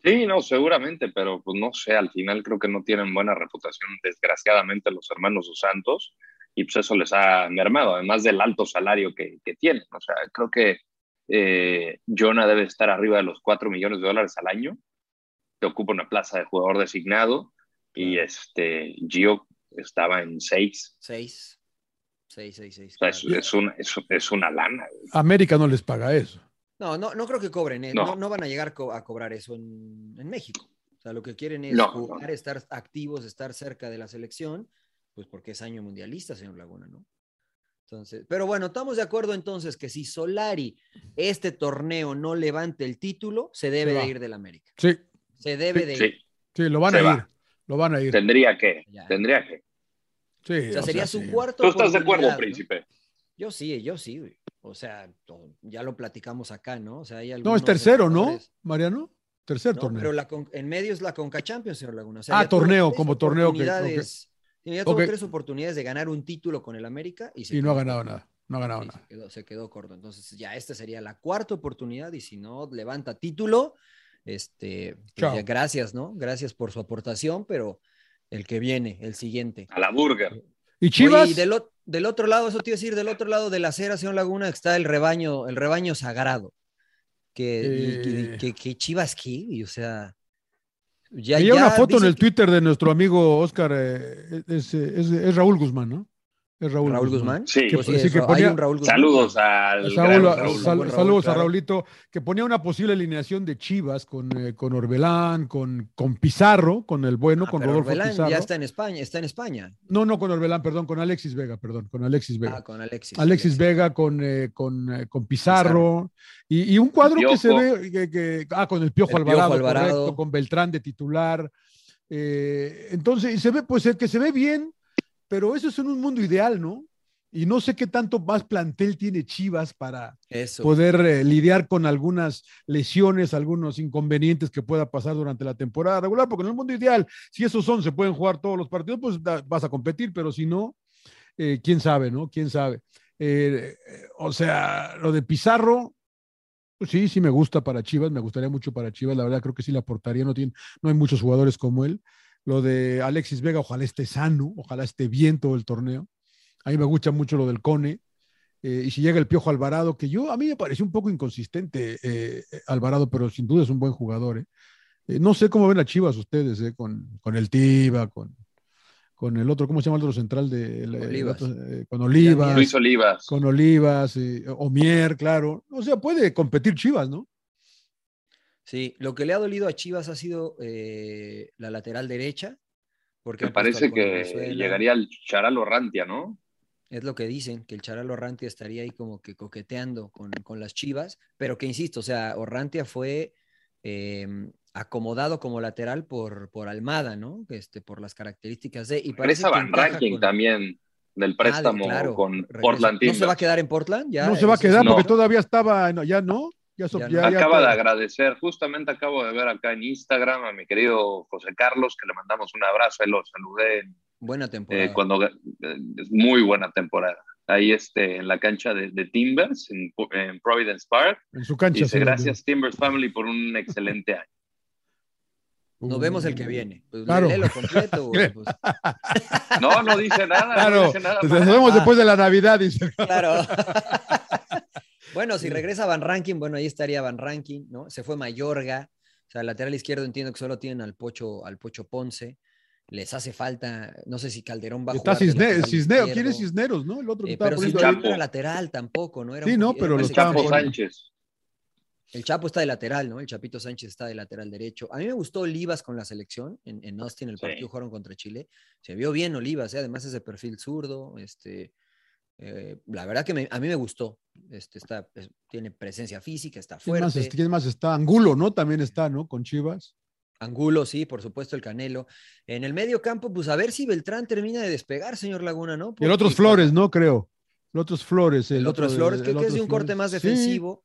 C: Sí, no, seguramente, pero pues no sé, al final creo que no tienen buena reputación, desgraciadamente, los hermanos dos Santos, y pues eso les ha mermado, además del alto salario que, que tienen. O sea, creo que eh, Jonah debe estar arriba de los 4 millones de dólares al año, que ocupa una plaza de jugador designado, y este Gio estaba en 6.
A: 6. 6, 6, 6.
C: es, es una, es, es una lana.
B: América no les paga eso.
A: No, no, no creo que cobren, eh. no.
C: No.
A: No, van a llegar co- a cobrar eso en, en México. O sea, lo que quieren es
C: No,
A: jugar,
C: no.
A: estar activos, estar cerca de la selección, pues porque es año mundialista, señor Laguna, ¿no? Entonces, pero bueno, estamos de acuerdo entonces que si Solari este torneo no levante el título, se debe
B: Se va.
A: de ir del América.
B: Sí,
A: Se debe de ir.
C: Sí,
B: sí, lo van
C: Se
B: a
C: va.
B: ir. Lo van a ir.
C: tendría que,
A: Ya.
C: tendría que.
B: Sí,
A: O sea, sería su
B: sí.
A: cuarto.
C: ¿Tú estás de
A: oportunidad,
C: acuerdo,
A: ¿no?
C: príncipe?
A: Yo sí, yo sí, güey. O sea, to- ya lo platicamos acá, ¿no? O sea, hay
B: No,
A: algunos
B: es tercero, ¿no?
A: entrenadores-
B: Mariano, tercer
A: No,
B: torneo.
A: pero la con- en medio es la Conca Champions, señor Laguna. O sea,
B: Ah,
A: ya tuvo
B: torneo,
A: tres
B: como torneo que- ok.
A: oportunidades- Ya tuvo
B: Ok.
A: tres oportunidades de ganar un título con el América y, se
B: Y no ha
A: quedó-
B: ganado nada. No ha ganado
A: sí,
B: nada.
A: se, quedó, se quedó corto. Entonces, ya esta sería la cuarta oportunidad y si no levanta título, este, pues
B: Chao.
A: ya gracias, ¿no? Gracias por su aportación, pero el que viene, el siguiente.
C: A la burger.
B: ¿Y Chivas?
A: Oye, y del, ot- del otro lado, eso te iba a decir, del otro lado de la acera, señor Laguna, está el rebaño, el rebaño sagrado. Que, y- que-
B: Eh.
A: que- que Chivas qué, y, o sea. Ya, ya
B: Veía una foto en
A: dicen
B: el Twitter de nuestro amigo Oscar, eh, es, es- es Raúl Guzmán, ¿no? Es
A: que-
B: Raúl,
A: Raúl Guzmán.
C: Sí.
B: Que-
A: Pues
B: sí,
A: es Ra-
B: ponía-
A: hay un Raúl Guzmán.
C: Saludos al
B: Saúl,
C: gran
B: a-
A: Raúl,
B: sal-
A: buen Raúl,
B: saludos a
A: claro.
B: Raulito, que ponía una posible alineación de Chivas con, eh, con Orbelán, con, con Pizarro, con el bueno,
A: Ah,
B: con
A: pero
B: Rodolfo
A: Orbelán
B: Pizarro.
A: ya está en España, está en España.
B: No, no con Orbelán, perdón, con Alexis Vega, perdón, con Alexis Vega.
A: Ah, con Alexis.
B: Alexis Vega con, eh, con, eh, con Pizarro y, y un cuadro que se
C: Piojo.
B: ve que, que- ah, con el Piojo
A: El Piojo
B: Alvarado,
A: Alvarado.
B: correcto, con Beltrán de titular. Eh, entonces, y se ve, pues el que se ve bien, pero eso es en un mundo ideal, ¿no? Y no sé qué tanto más plantel tiene Chivas para
A: Eso.
B: poder eh, lidiar con algunas lesiones, algunos inconvenientes que pueda pasar durante la temporada regular, porque en el mundo ideal, si esos 11 pueden jugar todos los partidos, pues da- vas a competir, pero si no, eh, quién sabe, ¿no? ¿Quién sabe? Eh, eh, o sea, lo de Pizarro, pues sí, sí me gusta para Chivas, me gustaría mucho para Chivas, la verdad creo que sí le aportaría, no, tiene, no hay muchos jugadores como él. Lo de Alexis Vega, ojalá esté sano, ojalá esté bien todo el torneo. A mí me gusta mucho lo del Cone. eh, y si llega el Piojo Alvarado, que yo a mí me pareció un poco inconsistente eh, Alvarado, pero sin duda es un buen jugador. ¿eh? Eh, no sé cómo ven a Chivas ustedes, ¿eh? con, con el Tiva, con, con el otro, ¿cómo se llama el otro central de el- el
A: Olivas.
B: otro, eh, con Olivas,
C: Luis Olivas.
B: con Olivas, eh, Omier, claro. O sea, puede competir Chivas, ¿no?
A: Sí, lo que le ha dolido a Chivas ha sido eh, la lateral derecha. Porque
C: Me
A: ha puesto
C: parece
A: al
C: que
A: Valenzuela.
C: llegaría al Charalo Rantia, ¿no?
A: Es lo que dicen, que el Charal Orrantia estaría ahí como que coqueteando con, con las Chivas, pero que insisto, o sea, Orrantia fue eh, acomodado como lateral por, por Almada, ¿no? Este, por las características de... Y parece
C: Regresa
A: que
C: Van
A: encaja
C: Ranking
A: con-
C: también del
A: Ah, de-
C: préstamo
A: claro,
C: con
A: regresa.
C: Portland
A: ¿No se va
C: Timbers.
A: a quedar en Portland? Ya,
B: no se va a
A: ese es
B: quedar
A: el-
C: no.
B: porque todavía estaba, no, ya no, ya, so-
A: Ya no.
B: ya- ya
C: Acaba de
B: todo.
C: agradecer, justamente acabo de ver acá en Instagram a mi querido José Carlos, que le mandamos un abrazo, él lo saludé eh,
A: Buena temporada.
C: cuando eh, es muy buena temporada. Ahí este, en la cancha de, de Timbers, en, Pu- en Providence Park.
B: en su cancha.
C: Dice,
B: sí,
C: gracias Timbers Family por un excelente año.
B: sí.
A: Nos vemos el que viene. Pues,
B: Claro.
A: léelo completo, güey, pues,
C: No, no dice nada, no
B: Claro,
C: dice nada.
B: nos
C: más.
B: vemos
A: Ah.
B: después de la Navidad, dice.
A: claro. bueno, si regresa Van Ranking, bueno, ahí estaría Van Ranking, ¿no? Se fue Mayorga. O sea, lateral izquierdo entiendo que solo tienen al Pocho, al Pocho Ponce. Les hace falta, no sé si Calderón va a
B: Está
A: jugar. de
B: Cisne-
A: lateral
B: Cisneros,
A: izquierdo.
B: ¿quién es Cisneros, no? El otro que
A: Eh,
B: estaba
A: pero si
B: poniendo
C: sí,
B: ahí.
A: Chapo
C: Chapo.
A: no era lateral tampoco, ¿no? Era
B: Sí,
A: un
B: no,
A: poquito- era
B: pero lo
A: más
B: estaban
C: Chapo
A: extremo.
C: Sánchez.
A: El Chapo está de lateral, ¿no? El Chapito Sánchez está de lateral derecho. A mí me gustó Olivas con la selección en, en Austin, el
C: Sí.
A: partido jugaron contra Chile. Se vio bien Olivas, ¿eh? además es de perfil zurdo. Este, eh, la verdad que me- a mí me gustó. Este, está, es- tiene presencia física, está
B: ¿Quién más,
A: fuerte.
B: es- quién más está? Angulo, ¿no? También está, ¿no? Con Chivas.
A: Angulo, sí, por supuesto, el Canelo. En el medio campo, pues a ver si Beltrán termina de despegar, señor Laguna, ¿no?
B: Y el otro es
A: Porque-
B: Flores, ¿no? Creo. El otro es Flores.
A: El, otro es Flores,
B: el
A: creo que
B: otro
A: es de un corte
B: Flores.
A: más
B: Sí.
A: defensivo.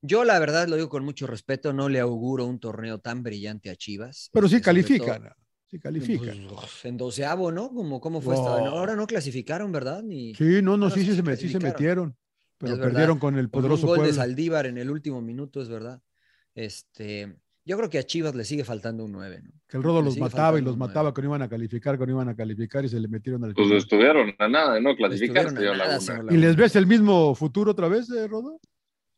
A: Yo, la verdad, lo digo con mucho respeto, no le auguro un torneo tan brillante a Chivas.
B: pero sí
A: este, sobre todo-
B: califican. Sí, califica.
A: Pues, en doceavo, ¿no? Como, ¿Cómo fue esta?
B: Wow.
A: No, ahora no clasificaron, ¿verdad? Ni,
B: Sí, no, no,
A: Bueno,
B: sí,
A: sí
B: sí,
A: se
B: se, me- sí se
A: clasificaron.
B: metieron, pero
A: Es verdad.
B: perdieron con el
A: con un
B: poderoso
A: gol de
B: Puebla.
A: Saldívar en el último minuto, es verdad. Este, yo creo que a Chivas le sigue faltando un 9, ¿no?
B: Que el rodo
A: le
B: los
A: sigue
B: mataba y
A: faltando
B: los
A: un
B: mataba, que no iban a calificar, que no iban a calificar y se le metieron al
C: Pues
B: final.
C: estuvieron a nada, de ¿no?
A: Estuvieron
C: Clasificarse
A: a
C: yo
A: nada,
C: la
A: señor
B: ¿Y les
A: Laguna.
B: ves el mismo futuro otra vez, eh, Rodo?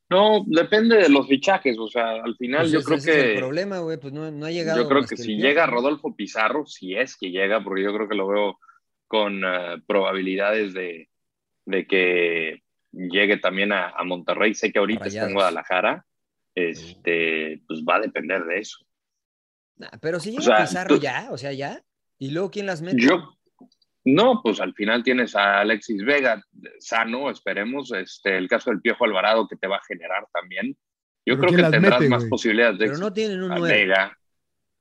C: No, depende de los fichajes, o sea, al final
A: Pues
C: yo
A: ese-
C: creo
A: ese es el
C: que...
A: problema, güey, pues no, no ha llegado.
C: Yo creo
A: más
C: que, si
A: el
C: llega
A: Piojo.
C: Rodolfo Pizarro, si es que llega, porque yo creo que lo veo con eh, probabilidades de, de que llegue también a, a Monterrey. Sé que ahorita está
A: Rayados. Uh.
C: en Guadalajara, este, pues va a depender de eso.
A: Nah, pero si llega
C: sea,
A: Pizarro
C: tú-
A: ya, o sea, ya. ¿Y luego quién las mete?
C: Yo, no, pues al final tienes a Alexis Vega eh, sano, esperemos, este, el caso del Piojo Alvarado que te va a generar también. Yo
B: Pero
C: creo
B: ¿quién
C: que
B: las
C: tendrás
B: mete,
C: más
B: güey?
C: posibilidades de
A: pero no tienen un
C: a
A: 9.
C: Vega,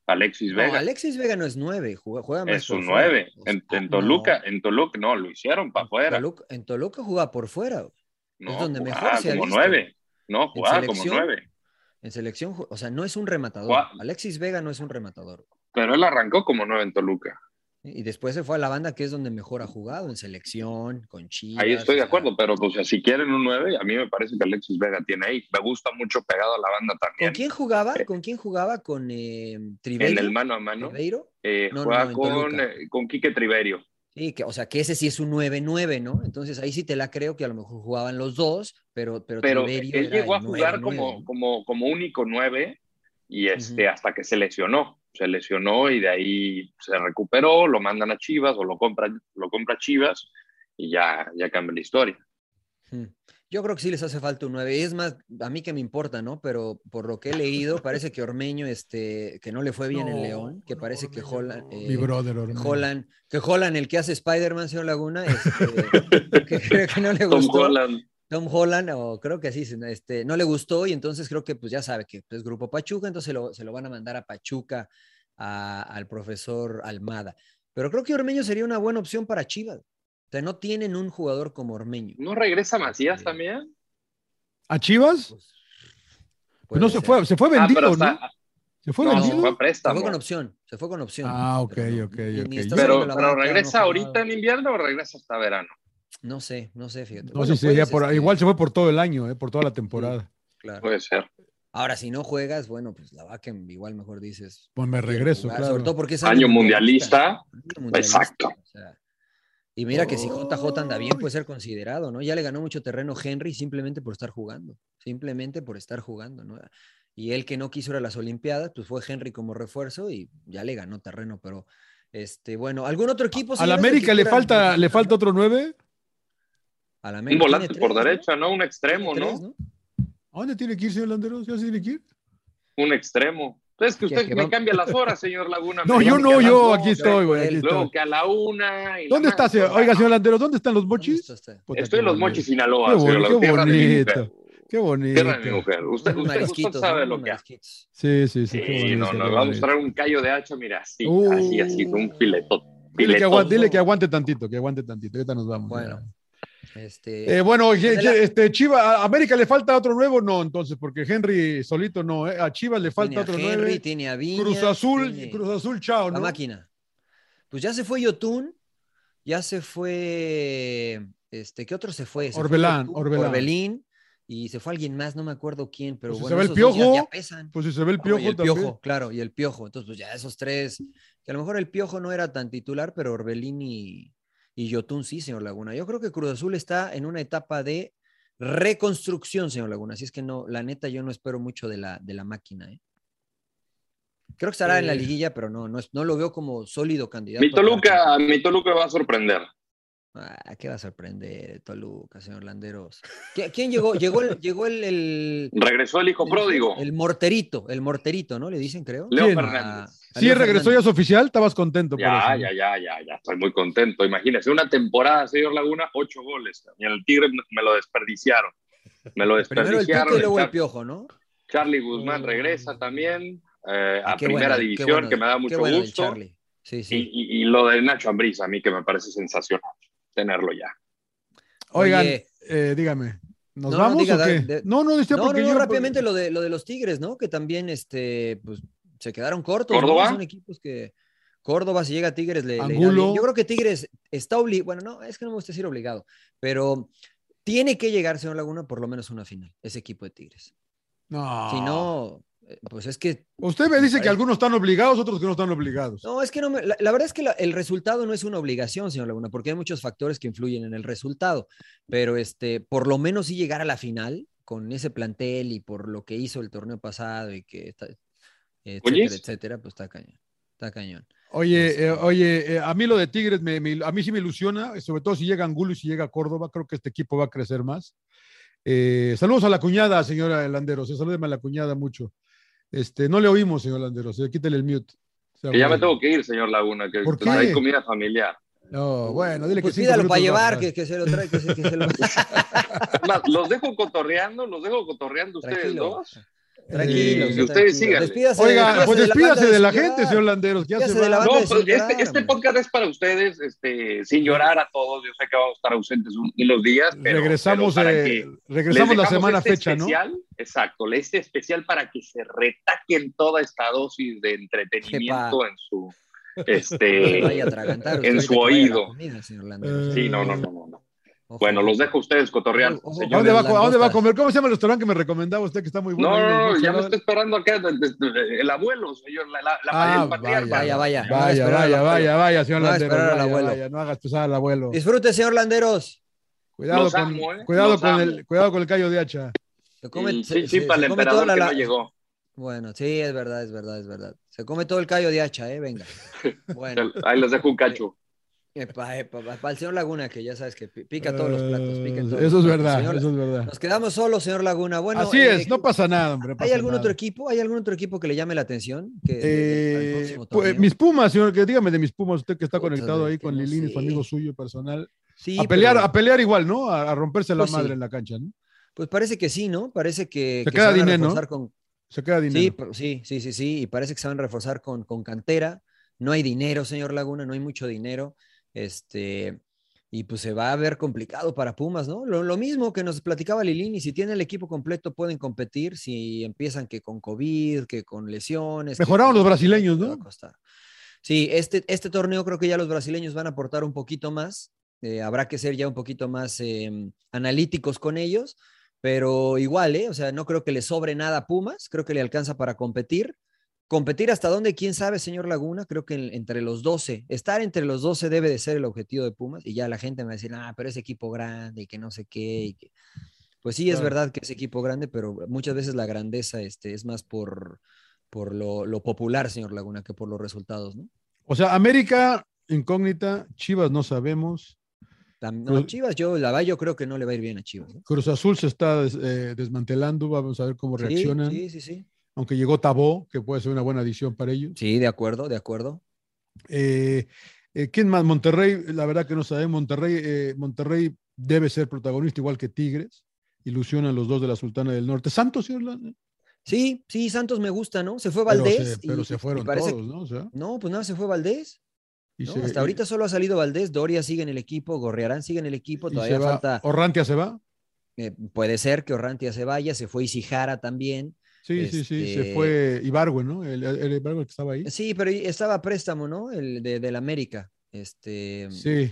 C: Alexis
A: No,
C: Vega.
A: Alexis Vega no es 9, juega, juega más
C: Es
A: por
C: un
A: fuera.
C: 9.
A: O sea,
C: En, en
A: no.
C: Toluca, en Toluca, no, lo hicieron para afuera.
A: Toluca- en Toluca jugaba por fuera. güey.
C: No,
A: es donde
C: jugaba
A: mejor se ha
C: como
A: visto.
C: 9. No, jugaba como
A: selección?
C: 9.
A: En selección, ju- o sea, no es un rematador.
C: Juega-
A: Alexis Vega no es un rematador.
C: Pero él arrancó como 9 en Toluca.
A: Y después se fue a la banda, que es donde mejor ha jugado, en selección, con Chivas.
C: Ahí estoy
A: o
C: de
A: sea,
C: acuerdo, pero pues, o sea, si quieren un 9, a mí me parece que Alexis Vega tiene ahí. Me gusta mucho pegado a la banda
A: ¿Con
C: también.
A: quién jugaba?
C: Eh,
A: ¿Con quién jugaba? ¿Con eh, Triveiro?
C: En el mano a mano.
A: ¿Triveiro?
C: eh,
A: No, no,
C: juega
A: no, en
C: con,
A: Toluca.
C: eh, con Quique Triverio.
A: Sí, que, o sea, que ese sí es un 9-9, ¿no? Entonces ahí sí te la creo que a lo mejor jugaban los dos, pero. Pero,
C: Pero
A: Triverio
C: él
A: era
C: llegó a
A: el nueve,
C: jugar
A: nueve,
C: como,
A: ¿no?
C: como, como único 9 y este,
A: Ujú.
C: hasta que se lesionó. Se lesionó y de ahí se recuperó, lo mandan a Chivas o lo compra, lo compra Chivas y ya, ya cambia la historia.
A: Mm. Yo creo que sí les hace falta un 9. Es más, a mí que me importa, ¿no? Pero por lo que he leído, parece que Ormeño, este, que no le fue bien en
B: No,
A: León, que
B: no,
A: parece que
B: Ormeño,
A: Holland,
B: no.
A: eh,
B: Mi brother,
A: que
B: Ormeño.
A: Holland, que Holland, el que hace Spider-Man, señor Laguna, este, que creo que no le
C: Tom
A: gustó.
C: Holland
A: Tom Holland, o creo que así, se- este, no le gustó y entonces creo que pues ya sabe que es Grupo Pachuca, entonces lo- se lo van a mandar a Pachuca a- al profesor Almada. Pero creo que Ormeño sería una buena opción para Chivas. O sea, no tienen un jugador como Ormeño.
C: ¿No regresa Macías
A: Sí.
C: también?
B: ¿A Chivas?
A: Pues,
B: Pues no
A: puede
B: se
A: ser.
B: fue, se fue
C: Ah, pero
B: vendido,
C: está-
B: ¿no? Se fue
C: no, se
B: vendido.
C: fue a
A: Se
C: préstamo.
A: fue con opción, se fue con opción.
B: Ah, ok,
A: Pero no-
B: ok,
A: ni- ni
B: ok.
A: está
C: Pero,
A: sobre la
C: pero
A: banca, no
C: regresa
A: ha
C: ahorita
A: jugado.
C: en invierno o regresa hasta verano.
A: No sé, no sé, fíjate.
B: No,
A: Bueno,
B: sí, sería
A: puedes,
B: por,
A: este,
B: igual se fue por todo el año, eh, por toda la temporada.
A: claro.
C: Puede ser.
A: Ahora, si no juegas, bueno, pues la vaca igual mejor dices.
B: Pues me regreso,
A: jugar,
B: claro.
A: Sobre todo porque es
C: Año
A: mundialista.
C: mundialista.
A: Año mundialista,
C: Exacto.
A: o sea, y mira que si JJ anda bien, puede ser considerado, ¿no? Ya le ganó mucho terreno Henry simplemente por estar jugando. Simplemente por estar jugando, ¿no? Y él que no quiso ir a las Olimpiadas, pues fue Henry como refuerzo y ya le ganó terreno, pero. Este, bueno, ¿algún otro equipo?
B: Al
A: señores, del
B: América
A: que
B: le
A: quieran
B: falta, le
A: platicar?
B: falta otro nueve.
A: Al
C: Un
A: América
C: volante
A: tiene
C: por
A: tres, ¿no?
C: derecha, ¿no? Un extremo,
A: Tiene
C: ¿no?
A: tres,
B: ¿A dónde tiene que ir, señor Landeros? ¿Ya se tiene que ir?
C: Un extremo. Es que
A: Que-
C: usted
A: que
C: me
A: va-
C: cambia las horas, señor Laguna.
B: No,
C: Me
B: yo
C: dice que
B: no,
C: a las
B: yo
C: dos,
B: aquí estoy, güey. aquí
C: Luego
B: estoy.
C: que a la una. y la
B: ¿Dónde está,
C: más,
B: señor?
C: o sea,
B: Oiga, señor Landeros, ¿dónde están los
A: ¿Dónde
B: mochis?
A: está usted?
B: Puta,
C: Estoy en
B: qué
C: los
B: bonito.
C: Mochis, Sinaloa,
B: Qué
C: señor
B: bonito,
C: Laguna,
B: qué
C: tierra de mi mujer.
B: bonito. Qué bonito.
C: Tierra de mi mujer. Usted,
A: Unos
C: usted, usted
A: marisquitos,
C: sabe
A: ¿no?
C: lo
A: Unos
C: que hace.
A: marisquitos.
B: Sí, sí, sí. qué
C: Sí,
B: bonito,
C: no,
B: qué
C: nos va a
B: bonito.
C: mostrar un callo de hacha, mira, así,
B: Uh.
C: así, así, con un filetote.
B: Dile que,
C: filetote.
B: aguante, dile que aguante tantito, que aguante tantito. Ahorita nos vamos.
A: Bueno,
B: ya.
A: Este,
B: Eh, bueno, ye-
A: Adela-
B: ye- este, Chivas, a América le falta otro nuevo, no, entonces, porque Henry solito no, eh. a Chivas le falta
A: tiene a
B: otro
A: Henry,
B: nueve.
A: tiene a Viñas,
B: Cruz Azul,
A: tiene
B: Cruz Azul, chao,
A: la
B: ¿no?
A: máquina. Pues ya se fue Yotun, ya se fue, este, ¿qué otro se fue? Se fue
B: Orbelán,
A: Yotun,
B: Orbelán.
A: Orbelín, y se fue alguien más, no me acuerdo quién, pero
B: Pues se
A: bueno,
B: va el
A: esos dos ya-
B: Piojo.
A: ya pesan.
B: Pues si se ve el
A: Ah,
B: piojo
A: y el
B: también.
A: piojo, claro, y el piojo. Entonces, pues ya esos tres, que a lo mejor el piojo no era tan titular, pero Orbelín y, y Yotun sí, señor Laguna. Yo creo que Cruz Azul está en una etapa de reconstrucción, señor Laguna. Así es que no, la neta, yo no espero mucho de la, de la máquina. ¿eh? Creo que estará en la
B: Eh.
A: liguilla, pero no, no, es- no lo veo como sólido candidato. a
C: Mi
A: ganar.
C: Toluca, mi Toluca va a sorprender.
A: Ah, ¿Qué va a sorprender Toluca, señor Landeros? ¿Qui- ¿Quién llegó? Llegó el, llegó el, el,
C: Regresó el hijo pródigo,
A: el morterito, el morterito, ¿no? Le dicen, creo.
C: Leo
B: ¿Quién?
A: Ah,
C: Fernández.
A: a
B: Sí,
A: Leo
B: regresó ya
A: Fernández.
B: es oficial, estabas contento.
C: Ya,
B: por eso,
C: ya,
B: ¿no?
C: ya, ya, ya, estoy muy contento. Imagínese, una temporada, señor Laguna, ocho goles. Y el Tigre me lo desperdiciaron. Me lo
A: Primero el
C: desperdiciaron.
A: Tuca y luego el
C: Char-
A: Piojo, ¿no?
C: Charlie Guzmán regresa también eh, a
A: Ah, qué
C: primera
A: bueno, qué
C: división,
A: bueno
C: que
A: de-
C: me da
A: qué
C: mucho
A: bueno de
C: gusto.
A: Charlie. Sí,
C: Y,
A: sí.
C: y- y lo de Nacho Ambriz, a mí que me parece sensacional tenerlo ya.
B: Oigan,
A: Oye,
B: eh, dígame, ¿nos
A: No, no,
B: vamos
A: diga,
B: o qué?
A: de-
B: no, no, decía
A: no, no,
B: porque
A: no,
B: yo.
A: rápidamente lo de, lo de los Tigres, ¿no? Que también este, pues, se quedaron cortos. ¿no?
C: ¿Córdoba?
A: Son equipos que. Córdoba, si llega a Tigres, le, le irá
B: Angulo.
A: bien. Yo creo que Tigres está obligado, bueno, no, es que no me gusta decir obligado, pero tiene que llegar, señor Laguna, por lo menos una final, ese equipo de Tigres.
B: No.
C: Ah.
A: Si no, eh, pues es que
B: Usted me dice que
A: Parece-
B: algunos están obligados, otros que no están obligados.
A: No, es que no me- la, la verdad es que la- el resultado no es una obligación, señor Laguna, porque hay muchos factores que influyen en el resultado, pero este, por lo menos sí llegar a la final con ese plantel y por lo que hizo el torneo pasado y que está- etcétera,
C: Oyes.
A: etcétera, pues está cañón, está cañón. Este,
B: Oye, eh, oye, eh, a mí lo de Tigres, me- me- a mí sí me ilusiona, sobre todo si llega Angulo y si llega Córdoba, creo que este equipo va a crecer más. Eh, saludos a la cuñada, señora Landeros, eh, salúdeme a la cuñada mucho. Este, no le oímos, señor Landeros, eh, quítele el mute. O sea,
C: Que ya me
B: bueno.
C: tengo que ir, señor Laguna, que
B: ¿Por
C: pues, hay
B: qué?
C: comida familiar.
B: No, Oh, bueno, dile
A: Pues
B: que cinco
A: pídalo
B: minutos
A: para llevar,
B: bajas.
A: que, que se lo trae, que se, que se lo
C: Es más, los dejo cotorreando, los dejo cotorreando ustedes
A: Tranquilo.
C: dos.
A: Tranquilo.
B: Eh,
A: señor,
C: ustedes
A: tranquilo.
C: sigan.
A: Despídase de-
B: Oiga, pues
A: de la banda
B: despídase de la
A: sin
B: gente,
A: llorar.
B: señor Landeros, que ya
A: Ya
B: se
A: se de la
B: va.
A: banda.
C: No,
A: Banda de
C: pues
A: sin llorar,
C: este, este
A: hombre.
C: podcast es para ustedes, este, sin llorar a todos. Yo sé que vamos a estar ausentes un- unos días, pero
B: regresamos,
C: pero para
B: eh,
C: que les
B: regresamos la
C: dejamos
B: semana
C: este
B: fecha, ¿no?
C: especial, Exacto, este especial para que se retaquen toda esta dosis de entretenimiento en su
A: No Pues vaya a
C: este
A: atragantar
C: en
A: usted
C: su
A: que vaya a la
C: oído.
A: comida, señor Landeros.
C: sí, no, no, no, no. no.
A: Ojo.
C: Bueno, los dejo a ustedes cotorreando.
A: Ojo, ojo,
B: ¿A
C: señores.
B: dónde, va, a- a dónde va a
A: Langostas.
B: comer? ¿Cómo se llama el restaurante que me recomendaba usted que está muy bueno?
C: No,
B: ahí en
C: no, no, ya me
B: Montserrat?
C: está esperando acá de- de- de- el abuelo, señor, la, la, la-
B: Ah,
C: el patriarca.
A: Vaya, vaya. no va a
B: Vaya,
A: esperar al
B: vaya,
A: abuelo.
B: vaya, vaya, señor
A: No va a
B: Landeros.
A: esperar al
B: vaya,
A: abuelo.
B: vaya, no hagas pesar al abuelo.
A: Disfrute, señor Landeros.
B: Cuidado
C: Los
B: con,
C: amo, ¿eh?
B: cuidado
C: Los
B: con
C: amo.
B: el, cuidado con el callo de hacha.
A: Se come,
C: Y
A: se-
C: Sí,
A: se-
C: sí,
A: se
C: para el
A: come toda
C: emperador que
A: la-
C: no llegó.
A: Bueno, sí, es verdad, es verdad, es verdad. Se come todo el callo de hacha, ¿eh? Venga. Bueno,
C: Ahí les dejo un cacho.
A: epa, epa, pa- para el señor Laguna, que ya sabes que pi- pica todos los platos, pica en
B: Eh,
A: todos
B: Eso
A: los
B: es
A: platos.
B: verdad,
A: Señor-
B: eso es verdad.
A: Nos quedamos solos, señor Laguna. Bueno,
B: Así
A: eh,
B: es, no pasa nada, hombre.
A: ¿Hay
B: pasa
A: algún
B: nada.
A: otro equipo? ¿Hay algún otro equipo que le llame la atención? Que, para el
B: Eh,
A: próximo
B: pues,
A: torneo?
B: mis pumas, señor, que dígame de mis pumas, usted que está
A: Puta,
B: conectado
A: güey,
B: ahí
A: que
B: con
A: no
B: Lilín, su
A: sé.
B: amigo suyo personal.
A: Sí,
B: a pelear,
A: pero,
B: a pelear igual, ¿no? A, a romperse la
A: Pues sí.
B: madre en la cancha, ¿no?
A: pues parece que sí, ¿no? Parece que,
B: Se
A: que
B: queda
A: van a
B: Diné, ¿no?
A: reforzar con,
B: Se queda
A: Sí,
B: dinero.
A: pero- sí, sí, sí, sí, y parece que se van a reforzar con, con cantera. No hay dinero, señor Laguna, no hay mucho dinero. Este, y pues se va a ver complicado para Pumas, ¿no? Lo, lo mismo que nos platicaba Lilini, si tienen el equipo completo pueden competir, si empiezan que con COVID, que con lesiones. que
B: Mejoraron
A: con-
B: los brasileños,
A: te va a
B: ¿no?
A: costar. Sí, este, este torneo creo que ya los brasileños van a aportar un poquito más. eh, habrá que ser ya un poquito más eh, analíticos con ellos, pero igual, ¿eh? O sea, no creo que le sobre nada a Pumas, creo que le alcanza para competir. Competir hasta dónde, quién sabe, señor Laguna, creo que en- entre los 12, estar entre los 12 debe de ser el objetivo de Pumas y ya la gente me va a decir, ah, pero es equipo grande y que no sé qué. y que-". Pues sí, es
B: Claro.
A: verdad que es equipo grande, pero muchas veces la grandeza este, es más por, por lo, lo popular, señor Laguna, que por los resultados, ¿no?
B: O sea, América, incógnita, Chivas no sabemos.
A: Tam- no,
B: Pues-
A: Chivas, yo la va, yo creo que no le va a ir bien a Chivas. ¿eh?
B: Cruz Azul se está des- eh, desmantelando, vamos a ver cómo
A: Sí,
B: reaccionan.
A: Sí, sí, sí.
B: Aunque llegó Tabó, que puede ser una buena adición para ellos.
A: Sí, de acuerdo, de acuerdo.
B: Eh, eh, ¿Quién más? Monterrey, la verdad que no sabemos. Monterrey, eh, Monterrey debe ser protagonista, igual que Tigres. Ilusionan los dos de la Sultana del Norte. Santos, señor Landa?
A: Sí, sí, Santos me gusta, ¿no? Se fue
B: Pero
A: Valdés.
B: se, pero
A: y-
B: se
A: y
B: fueron
A: parece
B: todos, ¿no? O sea,
A: No, pues nada, se fue Valdés.
B: y
A: ¿no?
B: se-
A: Hasta ahorita solo ha salido Valdés, Doria sigue en el equipo, Gorriarán sigue en el equipo,
B: y
A: todavía
B: se va.
A: falta,
B: Orrantia se va.
A: eh, puede ser que Orrantia se vaya, se fue Isijara también.
B: Sí, sí, sí. Se
A: Este-
B: fue Ibargüen, ¿no? El, el Ibargüen que estaba ahí.
A: Sí, pero ahí estaba a préstamo, ¿no? El de, del América. Este,
B: Sí.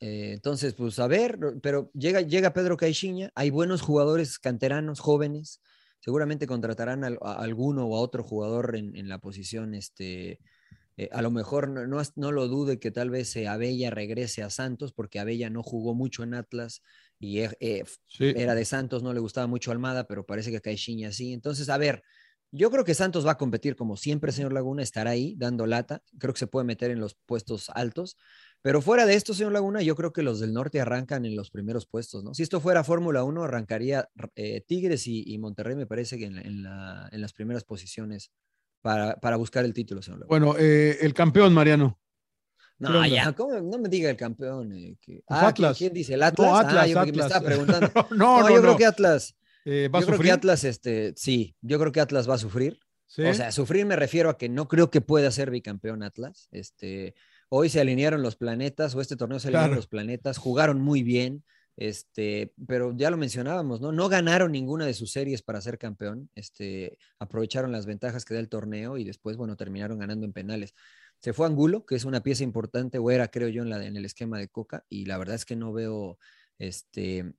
A: Eh, entonces, pues a ver, no- pero llega, llega Pedro Caixinha, hay buenos jugadores canteranos, jóvenes, seguramente contratarán al- a, alguno o a otro jugador en, en la posición, este, eh, a lo mejor no, no, as- no lo dude que tal vez eh, Abella regrese a Santos, porque Abella no jugó mucho en Atlas y eh, eh,
B: sí.
A: era de Santos, no le gustaba mucho Almada, pero parece que Caixinha sí. Entonces, a ver, yo creo que Santos va a competir como siempre, señor Laguna, estará ahí dando lata, creo que se puede meter en los puestos altos, pero fuera de esto, señor Laguna, yo creo que los del norte arrancan en los primeros puestos, ¿no? Si esto fuera Fórmula 1, arrancaría eh, Tigres y, y Monterrey, me parece que en, la- en la- en las primeras posiciones. Para, para buscar el título, señor Laguna.
B: Bueno, eh, el campeón, Mariano. ¿qué
A: No,
B: onda?
A: ya, ¿cómo? no me diga el campeón. eh, que-
B: Pues
A: Ah,
B: Atlas.
A: ¿quién, quién dice? ¿El Atlas? Ah,
B: Atlas,
A: yo creo que me
B: Atlas.
A: estaba preguntando.
B: No,
A: No,
B: no,
A: yo
B: no.
A: creo que Atlas.
B: Eh, va a
A: yo creo que
B: sufrir.
A: Atlas, este, sí, yo creo que Atlas va a sufrir.
B: Sí.
A: O sea, sufrir me refiero a que no creo que pueda ser bicampeón Atlas. Este, hoy se alinearon los planetas, o este torneo se alinearon
B: Claro.
A: los planetas, jugaron muy bien, este, pero ya lo mencionábamos, ¿no? No ganaron ninguna de sus series para ser campeón. Este, aprovecharon las ventajas que da el torneo y después, bueno, terminaron ganando en penales. Se fue Angulo, que es una pieza importante, o era, creo yo, en, la, en el esquema de Coca, y la verdad es que no veo este.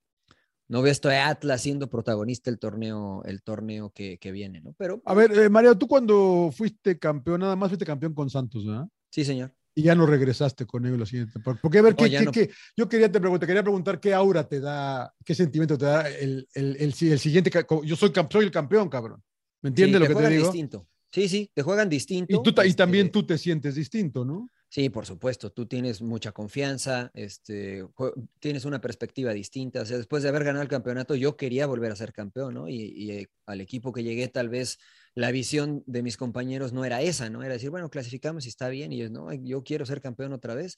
A: No veo esto de Atlas siendo protagonista el torneo, el torneo que, que viene, ¿no? Pero.
B: A ver, eh, Mario, tú cuando fuiste campeón, nada más fuiste campeón con Santos, ¿verdad?
A: Sí, señor.
B: Y ya no regresaste con ellos la siguiente temporada. Porque a ver,
A: No,
B: ¿qué-
A: ya
B: qué-
A: no.
B: qué- yo quería te preguntar, quería preguntar qué aura te da, qué sentimiento te da el, el, el, el siguiente. ca- co- Yo soy, camp- soy el campeón, cabrón. ¿Me entiendes
A: Sí,
B: lo que te
A: juegan
B: digo?
A: distinto. Sí, sí, te juegan distinto.
B: Y, tú, ta- y
A: este,
B: también tú te sientes distinto, ¿no?
A: Sí, por supuesto, tú tienes mucha confianza, este, jue- tienes una perspectiva distinta. O sea, después de haber ganado el campeonato, yo quería volver a ser campeón, ¿no? Y, y, eh, al equipo que llegué, tal vez la visión de mis compañeros no era esa, ¿no? Era decir, bueno, clasificamos y está bien, y ellos, no, yo quiero ser campeón otra vez.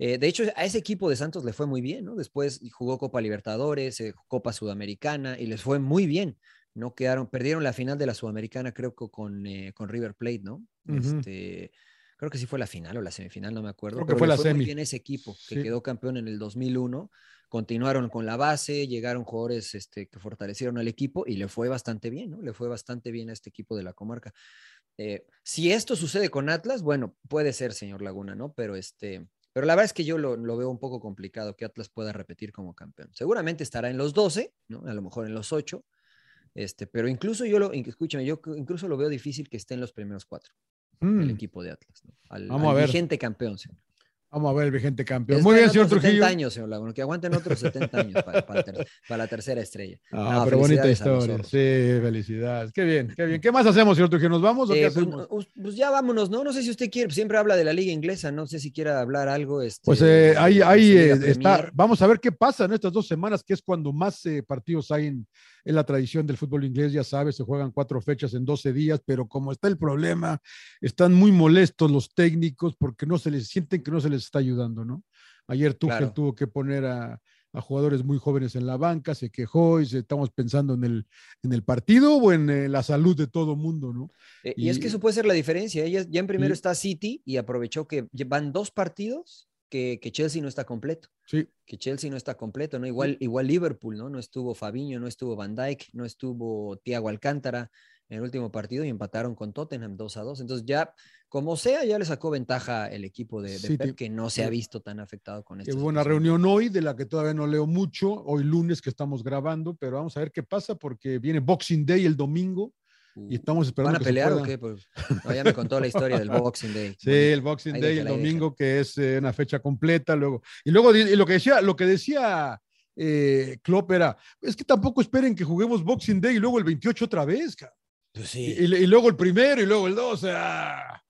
A: Eh, de hecho, a ese equipo de Santos le fue muy bien, ¿no? Después jugó Copa Libertadores, eh, Copa Sudamericana, y les fue muy bien. No quedaron, perdieron la final de la Sudamericana, creo que con, eh, con River Plate, ¿no?
B: Ujú.
A: Este creo que sí fue la final o la semifinal, no me acuerdo.
B: Creo que
A: pero
B: fue
A: le
B: la
A: muy
B: semi.
A: bien a ese equipo que
B: Sí.
A: quedó campeón en el 2001. Continuaron con la base, llegaron jugadores este, que fortalecieron al equipo y le fue bastante bien, ¿no? Le fue bastante bien a este equipo de la comarca. Eh, si esto sucede con Atlas, bueno, puede ser, señor Laguna, ¿no? Pero este, pero la verdad es que yo lo, lo veo un poco complicado que Atlas pueda repetir como campeón. Seguramente estará en los 12, ¿no? A lo mejor en los 8. Este, pero incluso yo lo, escúchame, yo incluso lo veo difícil que esté en los primeros cuatro el
B: Mm.
A: equipo de Atlas, ¿no? al,
B: Vamos
A: al
B: a ver.
A: vigente campeón. Señor.
B: Vamos a ver el vigente campeón.
A: Les
B: Muy bien,
A: quedan
B: señor
A: otros 70
B: Trujillo.
A: años, señor Laguna, que aguanten otros 70 años para, para ter- para la tercera estrella.
B: Ah,
A: No,
B: pero bonita
A: felicidades a los
B: historia.
A: zorros.
B: Sí, felicidades. Qué bien, qué bien. ¿Qué más hacemos, señor Trujillo? ¿Nos vamos o qué
A: Eh, pues,
B: hacemos?
A: pues- pues ya vámonos, ¿no? No sé si usted quiere, siempre habla de la liga inglesa, no sé si quiera hablar algo. Este,
B: Pues eh, ahí,
A: de su
B: ahí
A: liga
B: eh, está.
A: Premier.
B: Vamos a ver qué pasa en estas dos semanas, que es cuando más eh, partidos hay en, en la tradición del fútbol inglés. Ya sabes, se juegan cuatro fechas en 12 días, pero como está el problema, están muy molestos los técnicos porque no se les sienten que no se les está ayudando, ¿no? Ayer Tuchel
A: Claro.
B: tuvo que poner a, a jugadores muy jóvenes en la banca, se quejó y se- estamos pensando en el, en el partido o en eh, la salud de todo mundo, ¿no?
A: Eh, y, es
B: y-
A: que eso puede ser la diferencia. ¿eh? Ya, ya en primero
B: y-
A: está City y aprovechó que van dos partidos que, que Chelsea no está completo.
B: Sí.
A: Que Chelsea no está completo, ¿no? Igual, igual Liverpool, ¿no? No estuvo Fabiño, no estuvo Van Dijk, no estuvo Thiago Alcántara en el último partido y empataron con Tottenham 2 a 2. Entonces ya, como sea, ya le sacó ventaja el equipo de, de
B: Sí,
A: Pep,
B: te-
A: que no se ha
B: sí.
A: visto tan afectado con
B: Que
A: esto.
B: hubo una reunión hoy de la que todavía no leo mucho, hoy lunes que estamos grabando, pero vamos a ver qué pasa porque viene Boxing Day el domingo y estamos esperando
A: Uh. ¿Van a
B: que se
A: pelear o
B: pueda-
A: qué? Pues, no, ya me contó la historia del Boxing Day.
B: Sí, el Boxing
A: Ahí
B: Day
A: déjala,
B: el
A: ahí
B: domingo que es eh, una fecha completa luego. Y luego di- y lo que decía, lo que decía eh, Klopp era, es que tampoco esperen que juguemos Boxing Day y luego el 28 otra vez, ca-
A: Pues
B: y,
A: sí.
B: y- y luego el primero y luego el 12. ah,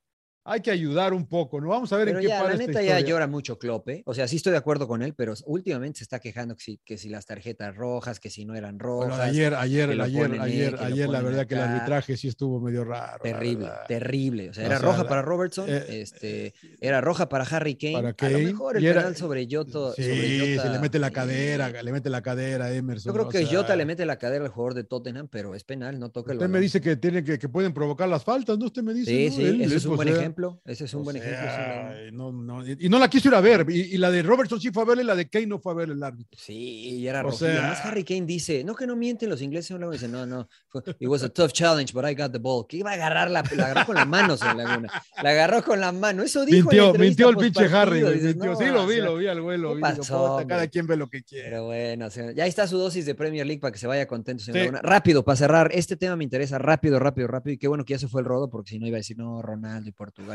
B: hay que ayudar un poco, ¿no? Vamos a ver
A: Pero
B: en qué
A: ya, la
B: para esta
A: neta ya
B: historia.
A: llora mucho Klopp, ¿eh? O sea, sí estoy de acuerdo con él, pero últimamente se está quejando que si, que si las tarjetas rojas, que si no eran
B: Bueno,
A: rojas.
B: ayer, ayer,
A: que lo
B: ayer,
A: ponen, eh,
B: ayer,
A: que lo
B: ayer, la
A: ponen
B: verdad que el
A: acá.
B: arbitraje sí estuvo medio raro. la
A: terrible,
B: verdad.
A: terrible. O sea,
B: O
A: era
B: sea,
A: roja
B: la-
A: para Robertson,
B: eh,
A: este, era roja para Harry Kane.
B: para
A: A
B: Kane,
A: lo mejor el
B: y era-
A: penal sobre Jota.
B: Sí,
A: sobre
B: se
A: Jota,
B: le mete la
A: eh,
B: cadera, le mete la cadera Emerson.
A: Yo creo
B: o
A: que
B: sea,
A: Jota le mete la cadera al jugador de Tottenham, pero es penal, no toca el
B: Usted
A: balón.
B: me dice que, tiene que, que pueden provocar las faltas, ¿no? Usted me dice.
A: sí,
B: ¿no?
A: sí,
B: Él-
A: ese es
B: él,
A: un
B: o
A: buen
B: sea,
A: ejemplo. Ese es un
B: o
A: buen ejemplo. sí,
B: sea,
A: la-
B: no, no, y y no la quiso ir a ver. Y, y la de Robertson sí fue a verle, la de Kane no fue a ver el árbitro.
A: Sí, y era
B: O
A: rojo. Y además
B: sea-
A: Harry Kane dice, no que no mienten los ingleses, señor Laguna. Dice, no, no, fue- it was a tough challenge, but I got the ball. Que iba a agarrar la, la agarró con la mano, señor Laguna. La agarró con la mano. Eso dijo en la
B: Mintió,
A: entrevista
B: mintió el pinche
A: postpartido.
B: Harry. güey,
A: Dices,
B: mintió.
A: "No,
B: sí, lo
A: o
B: vi,
A: sea,
B: lo vi al güey, lo
A: ¿qué
B: vi. Digo,
A: pasó,
B: "Puta, cada
A: hombre?"
B: quien ve lo que quiere.
A: Pero bueno, señor- ya está su dosis de Premier League para que se vaya contento, señor
B: Sí.
A: Laguna. Rápido, para cerrar, este tema me interesa rápido, rápido, rápido. Y qué bueno que ya se fue el rodo, porque si no iba a decir, no, Ronaldo y Portugal.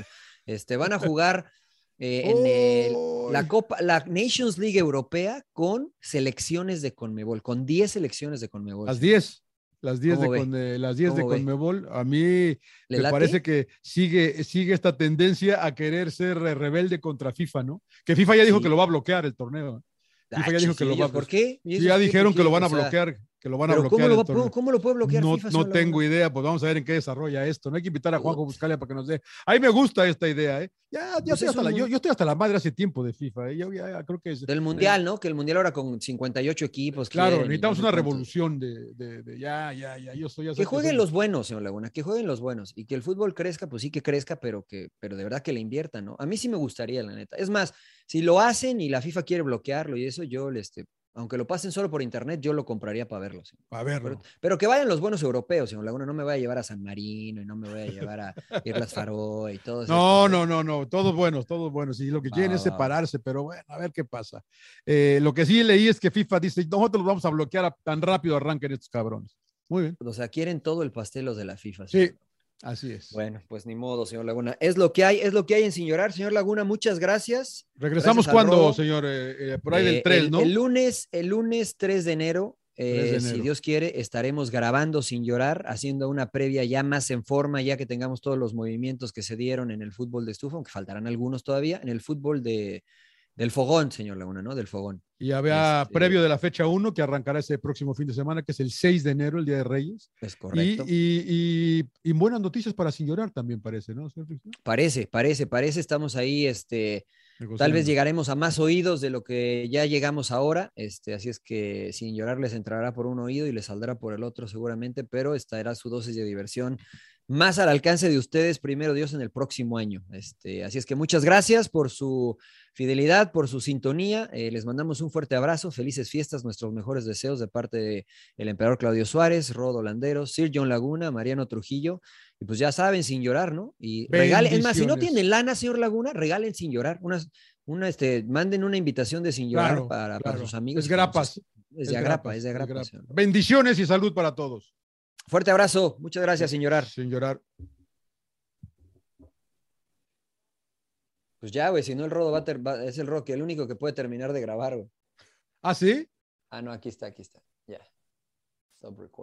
A: Este, van a jugar eh, en el, la
B: Uy.
A: Copa, la Nations League Europea con selecciones de Conmebol, con 10 selecciones de Conmebol.
B: Las 10. Las 10 de,
A: pues. ¿Cómo ve?
B: con- eh, las 10 de
A: ¿Cómo ve?
B: Conmebol, a mí
A: ¿Le
B: me
A: late?
B: parece que sigue, sigue esta tendencia a querer ser eh, rebelde contra FIFA, ¿no? Que FIFA ya dijo
A: Sí.
B: que lo va a bloquear el torneo. FIFA ya dijo que lo
A: chiquillos,
B: va a-
A: Ah, ¿Por qué? ¿Y
B: Y
A: eso qué?
B: ya
A: ¿Por
B: dijeron que
A: qué?
B: lo van a
A: O sea,
B: bloquear, que lo van a
A: ¿Pero
B: bloquear
A: cómo lo,
B: el
A: va-
B: torneo.
A: cómo lo puede bloquear
B: No,
A: FIFA?
B: no tengo idea, pues vamos a ver en qué desarrolla esto. No hay que invitar a Juanjo Buscalia para que nos dé. Ahí me gusta esta idea, ¿eh? Ya, ya
A: Pues
B: estoy
A: es
B: hasta
A: un
B: la, yo,
A: mun-
B: yo estoy hasta la madre hace tiempo de FIFA, ¿eh? Yo ya creo que es-
A: Del Mundial, ¿no? Que el Mundial ahora con 58 equipos.
B: Claro,
A: quieren y
B: necesitamos
A: no sé
B: una
A: cuántos.
B: revolución de, de- de- ya, ya, ya. Yo soy ya sé
A: Que
B: soy-
A: jueguen los buenos, señor Laguna, que jueguen los buenos y que el fútbol crezca, pues sí que crezca, pero que, pero de verdad que le inviertan, ¿no? A mí sí me gustaría, la neta. Es más, si lo hacen y la FIFA quiere bloquearlo y eso, yo, este, Aunque lo pasen solo por internet, yo lo compraría para verlo. señor.
B: A ver,
A: Pero, pero que vayan los buenos europeos, señor Laguna. No me voy a llevar a San Marino y no me voy a llevar a Irlas Faroe y todo eso.
B: No, no, no, no, todos buenos, todos buenos. Y lo que quieren
A: Va,
B: es
A: va, va.
B: separarse, pero bueno, a ver qué pasa. Eh, lo que sí leí es que FIFA dice, nosotros los vamos a bloquear a- tan rápido arranquen estos cabrones. Muy bien,
A: O sea, quieren todo el pastel los de la FIFA.
B: Sí.
A: señor.
B: así es.
A: Bueno, pues ni modo, señor Laguna. Es lo que hay, es lo que hay en Sin Llorar, señor Laguna. Muchas gracias.
B: Regresamos
A: gracias al
B: cuando,
A: Rodo.
B: señor, Eh, eh, por ahí
A: Eh,
B: del 3,
A: el,
B: ¿no?
A: El lunes, el lunes 3 de enero. eh,
B: 3 de enero.
A: Si Dios quiere, estaremos grabando sin llorar, haciendo una previa ya más en forma, ya que tengamos todos los movimientos que se dieron en el fútbol de estufa, aunque faltarán algunos todavía, en el fútbol de, del fogón, señor Laguna, ¿no? Del fogón.
B: y había
A: este-
B: previo de la fecha 1 que arrancará ese próximo fin de semana, que es el 6 de enero, el Día de Reyes.
A: Es
B: Y,
A: correcto.
B: y- y- y buenas noticias para sin llorar también parece, ¿no? señor Cristian?
A: Parece, parece, parece, estamos ahí, este, tal vez
B: Negociando.
A: llegaremos a más oídos de lo que ya llegamos ahora, este, así es que sin llorar les entrará por un oído y les saldrá por el otro seguramente, pero estará su dosis de diversión más al alcance de ustedes, primero Dios, en el próximo año. Este, así es que muchas gracias por su fidelidad, por su sintonía, eh, les mandamos un fuerte abrazo, felices fiestas, nuestros mejores deseos de parte del emperador Claudio Suárez, Rodo Landero, Sir John Laguna, Mariano Trujillo, y pues ya saben, sin llorar, ¿no? Y regalen, es más, si no
B: Bendiciones.
A: tienen lana, señor Laguna, regalen sin llorar, unas una, este, manden una invitación de sin llorar
B: Claro,
A: para, para
B: claro.
A: sus amigos.
B: Es
A: y para
B: grapas.
A: sus- es de agrapa, es de agrapa. señor.
B: Bendiciones y salud para todos.
A: Fuerte abrazo, muchas gracias, sin llorar.
B: Sin llorar.
A: Pues ya, güey, si no el rodo va a ter- va- es el rock, el único que puede terminar de grabar, güey.
B: ¿Ah, sí?
A: Ah, no, aquí está, aquí está. Ya. Stop recording.